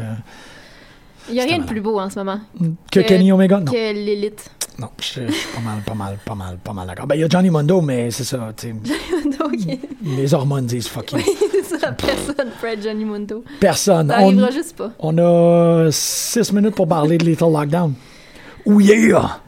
D: Il y a rien de
C: malade.
D: plus beau en ce moment
C: Que,
D: Mm. Que-
C: Kenny Omega? Non.
D: que l'élite. [laughs]
C: Non, je je suis pas mal, pas mal, pas mal, pas mal d'accord. Ben il y a Johnny Mundo, mais c'est ça, tu sais,
D: [laughs] Donc,
C: Mm.
D: ben,
C: Les hormones disent fuck you.
D: c'est ça, personne Fred Johnny Mundo.
C: Personne.
D: Ça
C: On-
D: arrivera juste pas.
C: On a six minutes pour parler de Little Lockdown. Ouh yeah!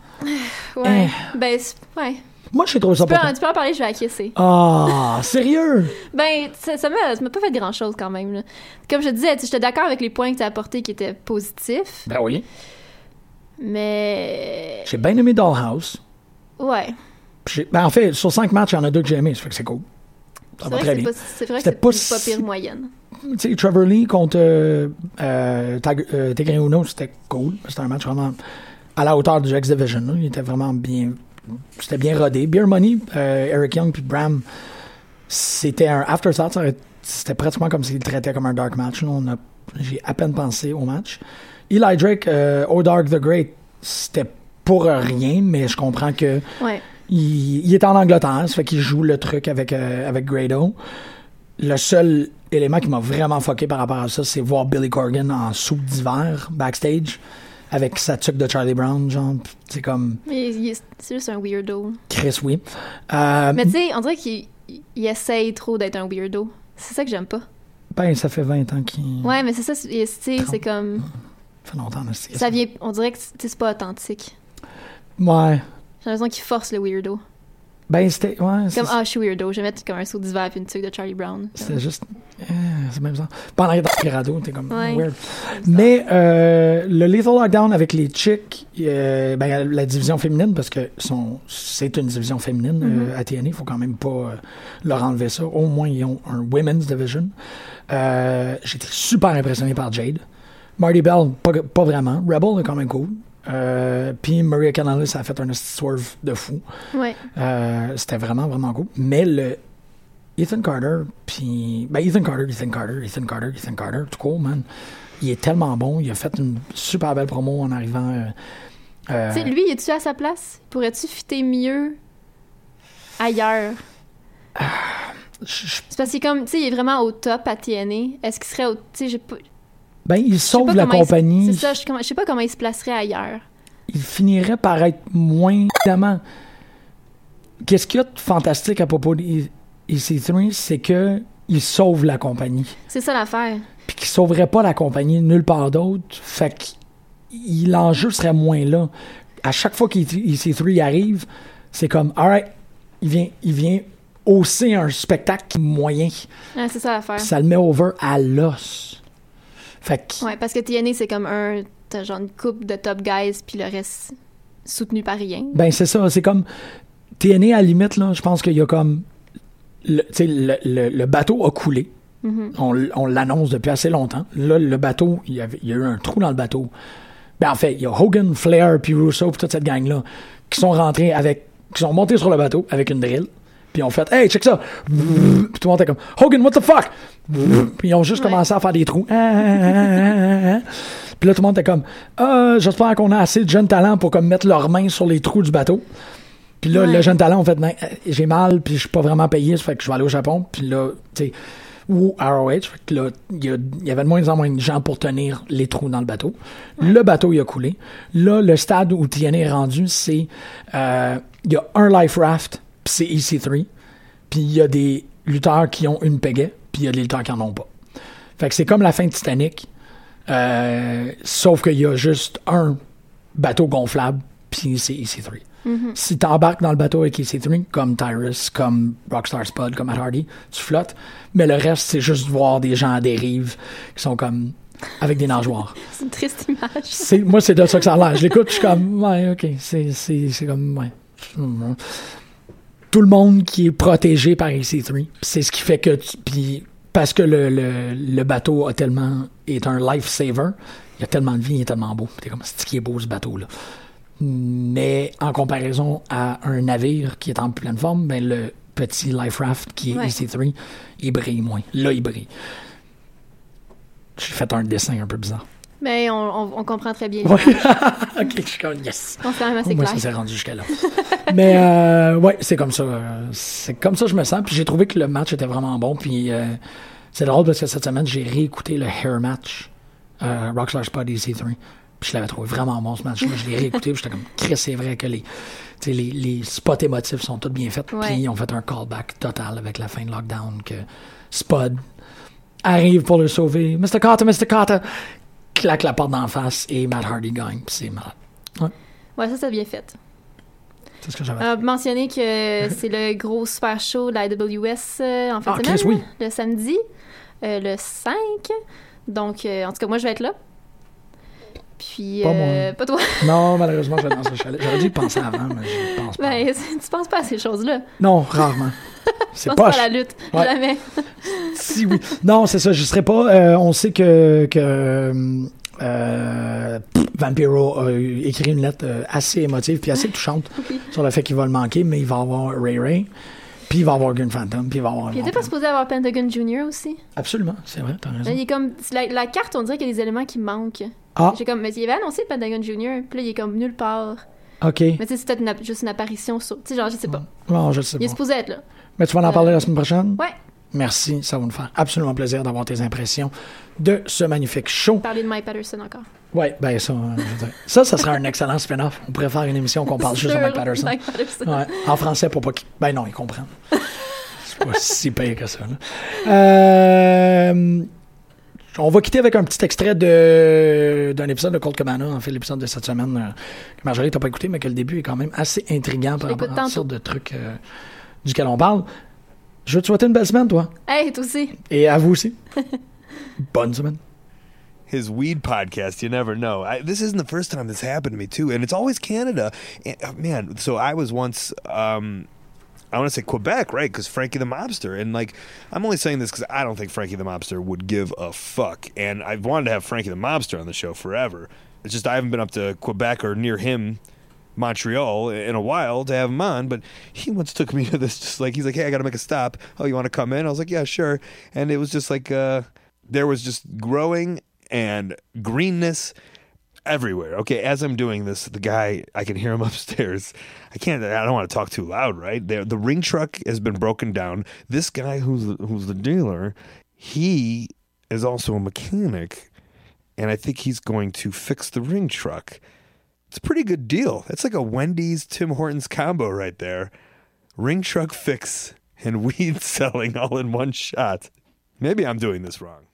D: Ouais.
C: Eh.
D: Ben, c'est- ouais.
C: Moi, j'ai trouvé ça
D: Tu peux,
C: pas
D: en,
C: pire.
D: tu peux en parler, je vais acquiescer.
C: Ah, sérieux?
D: Ben, ça ça m'a ça m'a pas fait grand-chose quand même. là. Comme je te disais, tu sais, j'étais d'accord avec les points que tu as apportés qui étaient positifs.
C: Ben oui.
D: Mais.
C: J'ai bien aimé Dollhouse.
D: Ouais.
C: Puis j'ai- Ben, en fait, sur cinq matchs, il y en a deux que j'ai aimé, ça fait que c'est cool. Ça va
D: C'est vrai,
C: très
D: que c'est
C: bien.
D: pas- c'est vrai que
C: C'était
D: c'est
C: pas
D: pas, pas
C: si-
D: pire moyenne.
C: Tu sais, Trevor Lee contre euh, euh, Tag- euh, Tigre Uno, c'était cool. C'était un match vraiment à la hauteur du X Division. là. Il était vraiment bien. C'était bien rodé. Beer Money, euh, Eric Young puis Bram, c'était un afterthought. Ça aurait- C'était pratiquement comme s'il le traitait comme un dark match. là. On a, j'ai à peine pensé au match. Eli Drake, euh, Oh Dark the Great, c'était pour rien, mais je comprends que
D: Ouais.
C: il, il est en Angleterre, ça fait qu'il joue le truc avec, euh, avec Grado. Le seul élément qui m'a vraiment fucké par rapport à ça, c'est voir Billy Corgan en soupe d'hiver, backstage, avec sa tuque de Charlie Brown, genre, pis c'est comme
D: Mais il est- c'est juste un weirdo.
C: Chris, oui. Euh,
D: Mais tu sais, on dirait qu'il il essaye trop d'être un weirdo. C'est ça que j'aime pas.
C: ben, ça fait 20 ans qu'il.
D: Ouais, mais c'est ça, c'est- tu sais, c'est comme.
C: Ça fait longtemps, là, c'est-
D: Ça vient. On dirait que tu sais, c'est pas authentique.
C: Ouais.
D: J'ai l'impression qu'il force le weirdo.
C: Ben, c'était. Ouais, c'est-
D: Comme, ah, je suis weirdo, je vais mettre comme un saut d'hiver puis une tuque de Charlie Brown.
C: C'était juste. euh, c'est même ça. Pendant que t'es Pirado, t'es comme
D: Ouais.
C: weird. Mais euh, le Little Lockdown avec les chicks, euh, ben, la division féminine, parce que son, c'est une division féminine euh, à TNA, il faut quand même pas euh, leur enlever ça. Au moins, ils ont un Women's Division. Euh, J'étais super impressionné par Jade. Marty Bell, pas, pas vraiment. Rebel est quand même cool. Euh, Puis Maria Canales a fait un swerve de fou.
D: Ouais.
C: Euh, c'était vraiment, vraiment cool. Mais le Ethan Carter, puis. Ben, Ethan Carter, Ethan Carter, Ethan Carter, Ethan Carter, tout court, man. Il est tellement bon. Il a fait une super belle promo en arrivant. euh, euh,
D: Tu sais, lui, est tu à sa place? Pourrais-tu fitter mieux ailleurs?
C: Euh,
D: C'est parce qu'il est comme, tu sais, il est vraiment au top à TNA. Est-ce qu'il serait au. Tu sais, j'ai pas- je sais
C: Ben, il sauve
D: pas
C: la
D: comment il se-
C: compagnie.
D: C'est ça, je, comment- je sais pas comment il se placerait ailleurs.
C: il finirait par être moins évidemment. Qu'est-ce qu'il y a de fantastique à propos d'EC3, c'est que il sauve la compagnie.
D: C'est ça l'affaire.
C: Puis qu'il sauverait pas la compagnie nulle part d'autre. Fait que il- l'enjeu serait moins là. À chaque fois qu'EC3 arrive, c'est comme alright, il vient, il vient hausser un spectacle moyen.
D: Ouais, c'est ça l'affaire.
C: Ça le met over à l'os. Fait que
D: Ouais, parce que TNA, c'est comme un. T'as genre une coupe de top guys, puis le reste soutenu par rien. [laughs]
C: Ben, c'est ça. C'est comme. T'es né à la limite, là. Je pense qu'il y a comme. Le, tu sais, le, le- le bateau a coulé. On, l- on l'annonce depuis assez longtemps. Là, le bateau, il y, avait- il y a eu un trou dans le bateau. Ben, en fait, il y a Hogan, Flair, puis Russo, puis toute cette gang-là, qui sont rentrés avec. qui sont montés sur le bateau avec une drill. Puis ils ont fait, hey, check ça! Puis tout le monde était comme, Hogan, what the fuck? Puis ils ont juste
D: Ouais.
C: commencé à faire des trous. Ah, ah, ah, ah, ah. Puis là, tout le monde était comme, ah, j'espère qu'on a assez de jeunes talents pour comme mettre leurs mains sur les trous du bateau. Puis là,
D: Ouais.
C: le jeune talent, en fait, Non, euh, j'ai mal, puis je suis pas vraiment payé, ça fait que je vais aller au Japon. Puis là, tu sais, ou ROH, fait que là, il y, a- il y avait de moins en moins de gens pour tenir les trous dans le bateau. Le bateau, il a coulé. Là, le stade où TNA est rendu, c'est, euh, il y a un life raft, puis c'est E EC3. Puis il y a des lutteurs qui ont une pagaie, puis il y a des lutteurs qui en ont pas. Fait que c'est comme la fin de Titanic, euh, sauf qu'il y a juste un bateau gonflable, puis c'est EC3. Si t'embarques dans le bateau avec EC3, comme Tyrus, comme Rockstar Spud, comme Matt Hardy, tu flottes, mais le reste, c'est juste voir des gens à dérive qui sont comme avec des nageoires.
D: C'est une triste image.
C: C'est- moi, c'est de ça que ça a l'air. Je l'écoute, je suis comme, ouais, ok, c'est, c'est, c'est comme, ouais. Mm. Tout le monde qui est protégé par EC3, c'est ce qui fait que, tu- puis parce que le, le, le bateau a tellement, est un lifesaver, il y a tellement de vie, il est tellement beau. T'es comme, c'est qui est beau ce bateau-là. Mais en comparaison à un navire qui est en pleine forme, ben le petit life raft qui est
D: Ouais.
C: EC3, il brille moins. Là, il brille. J'ai fait un dessin un peu bizarre.
D: Mais on, on- on comprend très bien.
C: Ouais. [laughs] ok, je suis comme yes.
D: On fait quand même
C: Au
D: assez
C: moins,
D: Ah, clair.
C: ça s'est rendu
D: [laughs]
C: jusqu'à là. Mais euh, ouais, c'est comme ça. euh, C'est comme ça que je me sens. Puis j'ai trouvé que le match était vraiment bon. Puis euh, c'est drôle parce que cette semaine, j'ai réécouté le hair match euh, Rock Slash Pod EC3. Puis je l'avais trouvé vraiment bon ce match-là. Je l'ai réécouté. puis j'étais comme, Chris, c'est vrai que les, tu sais, les, les spots émotifs sont tous bien faits.
D: Ouais.
C: Puis ils ont fait un callback total avec la fin de Lockdown que Spud arrive pour le sauver. Mr. Carter, Mr. Carter! Claque la porte d'en face et Matt Hardy gagne. Puis c'est malade.
D: Ouais, ça, c'est bien fait.
C: C'est ce que j'avais.
D: On a Ah,
C: [laughs]
D: mentionné que c'est le gros super show de la AWS euh, en fin
C: Ah,
D: de semaine,
C: Chris, oui.
D: le samedi, euh, le 5. Donc, euh, en tout cas, moi, je vais être là. Puis,
C: Pas
D: euh,
C: moi.
D: pas toi. [laughs]
C: Non, malheureusement, je vais dans ce chalet. J'aurais dû y penser avant, mais je pense pas.
D: Ben, tu penses pas à ces choses-là.
C: Non, rarement. Ah. C'est
D: Tu penses
C: poche.
D: pas à la lutte.
C: Ouais.
D: Jamais.
C: Si, oui. Non, c'est ça, je serais pas. euh, on sait que, que euh, pff, Vampiro a eu- écrit une lettre euh, assez émotive puis assez touchante
D: [laughs] Oui.
C: sur le fait qu'il va le manquer, mais il va avoir Ray Ray, puis il va avoir Gun Phantom, puis il va avoir.
D: Puis, il était Euh, pas supposé avoir Pentagon Junior aussi.
C: Absolument, c'est vrai, t'as
D: Là,
C: raison.
D: il est comme. La, la carte, on dirait qu'il y a des éléments qui manquent.
C: Ah,
D: J'ai comme. Mais il avait annoncé Pentagon Junior, puis là, il est comme nulle part.
C: ok.
D: Mais tu sais, c'est peut-être une app- juste une apparition sur. Tu sais, genre, je sais pas.
C: Non, je le sais
D: Il est
C: pas.
D: supposé être là.
C: Mais tu vas en parler la semaine prochaine?
D: Ouais.
C: Merci, ça va nous faire absolument plaisir d'avoir tes impressions de ce magnifique show.
D: Parler de Mike Patterson encore.
C: Ouais, ben ça, euh, je veux dire, ça, ça serait un excellent spin-off. On pourrait faire une émission qu'on
D: [laughs]
C: parle juste de
D: Sur
C: Mike Patterson.
D: Mike Patterson.
C: Ouais, en français pour pas qu'il... Ben non, ils comprennent. C'est
D: [laughs]
C: pas si pire que ça. là. Euh, on va quitter avec un petit extrait de d'un épisode de Cold Cabana, en fait, l'épisode de cette semaine euh, que Marjorie t'as pas écouté, mais que le début est quand même assez intriguant par
D: l'écoute
C: rapport à la
D: tantôt.
C: sorte de trucs euh, duquel on parle. Je veux te souhaiter une belle semaine, toi.
D: Hey, toi aussi.
C: Et à vous
D: [laughs]
C: aussi. Bonne semaine.
E: his weed podcast. You never know. I, this isn't the first time this happened to me too, and it's always Canada. And, oh, man, so I was once. Um, I want to say Quebec, right? Because Frankie the Mobster, and like, I'm only saying this because I don't think Frankie the Mobster would give a fuck, and I've wanted to have Frankie the Mobster on the show forever. It's just I haven't been up to Quebec or near him, Montreal, in a while to have him on. But he once took me [laughs] to this, just like he's like, hey, I got to make a stop. Oh, you want to come in? I was like, yeah, sure. And it was just like, uh, there was just growing and greenness everywhere. Okay, as I'm doing this, the guy I can hear him [laughs] upstairs. I can't. I don't want to talk too loud, right? The, the ring truck has been broken down. This guy who's the, who's the dealer, he is also a mechanic, and I think he's going to fix the ring truck. It's a pretty good deal. That's like a Wendy's Tim Hortons combo right there. Ring [laughs] truck fix and weed selling all in one shot. Maybe I'm doing this wrong.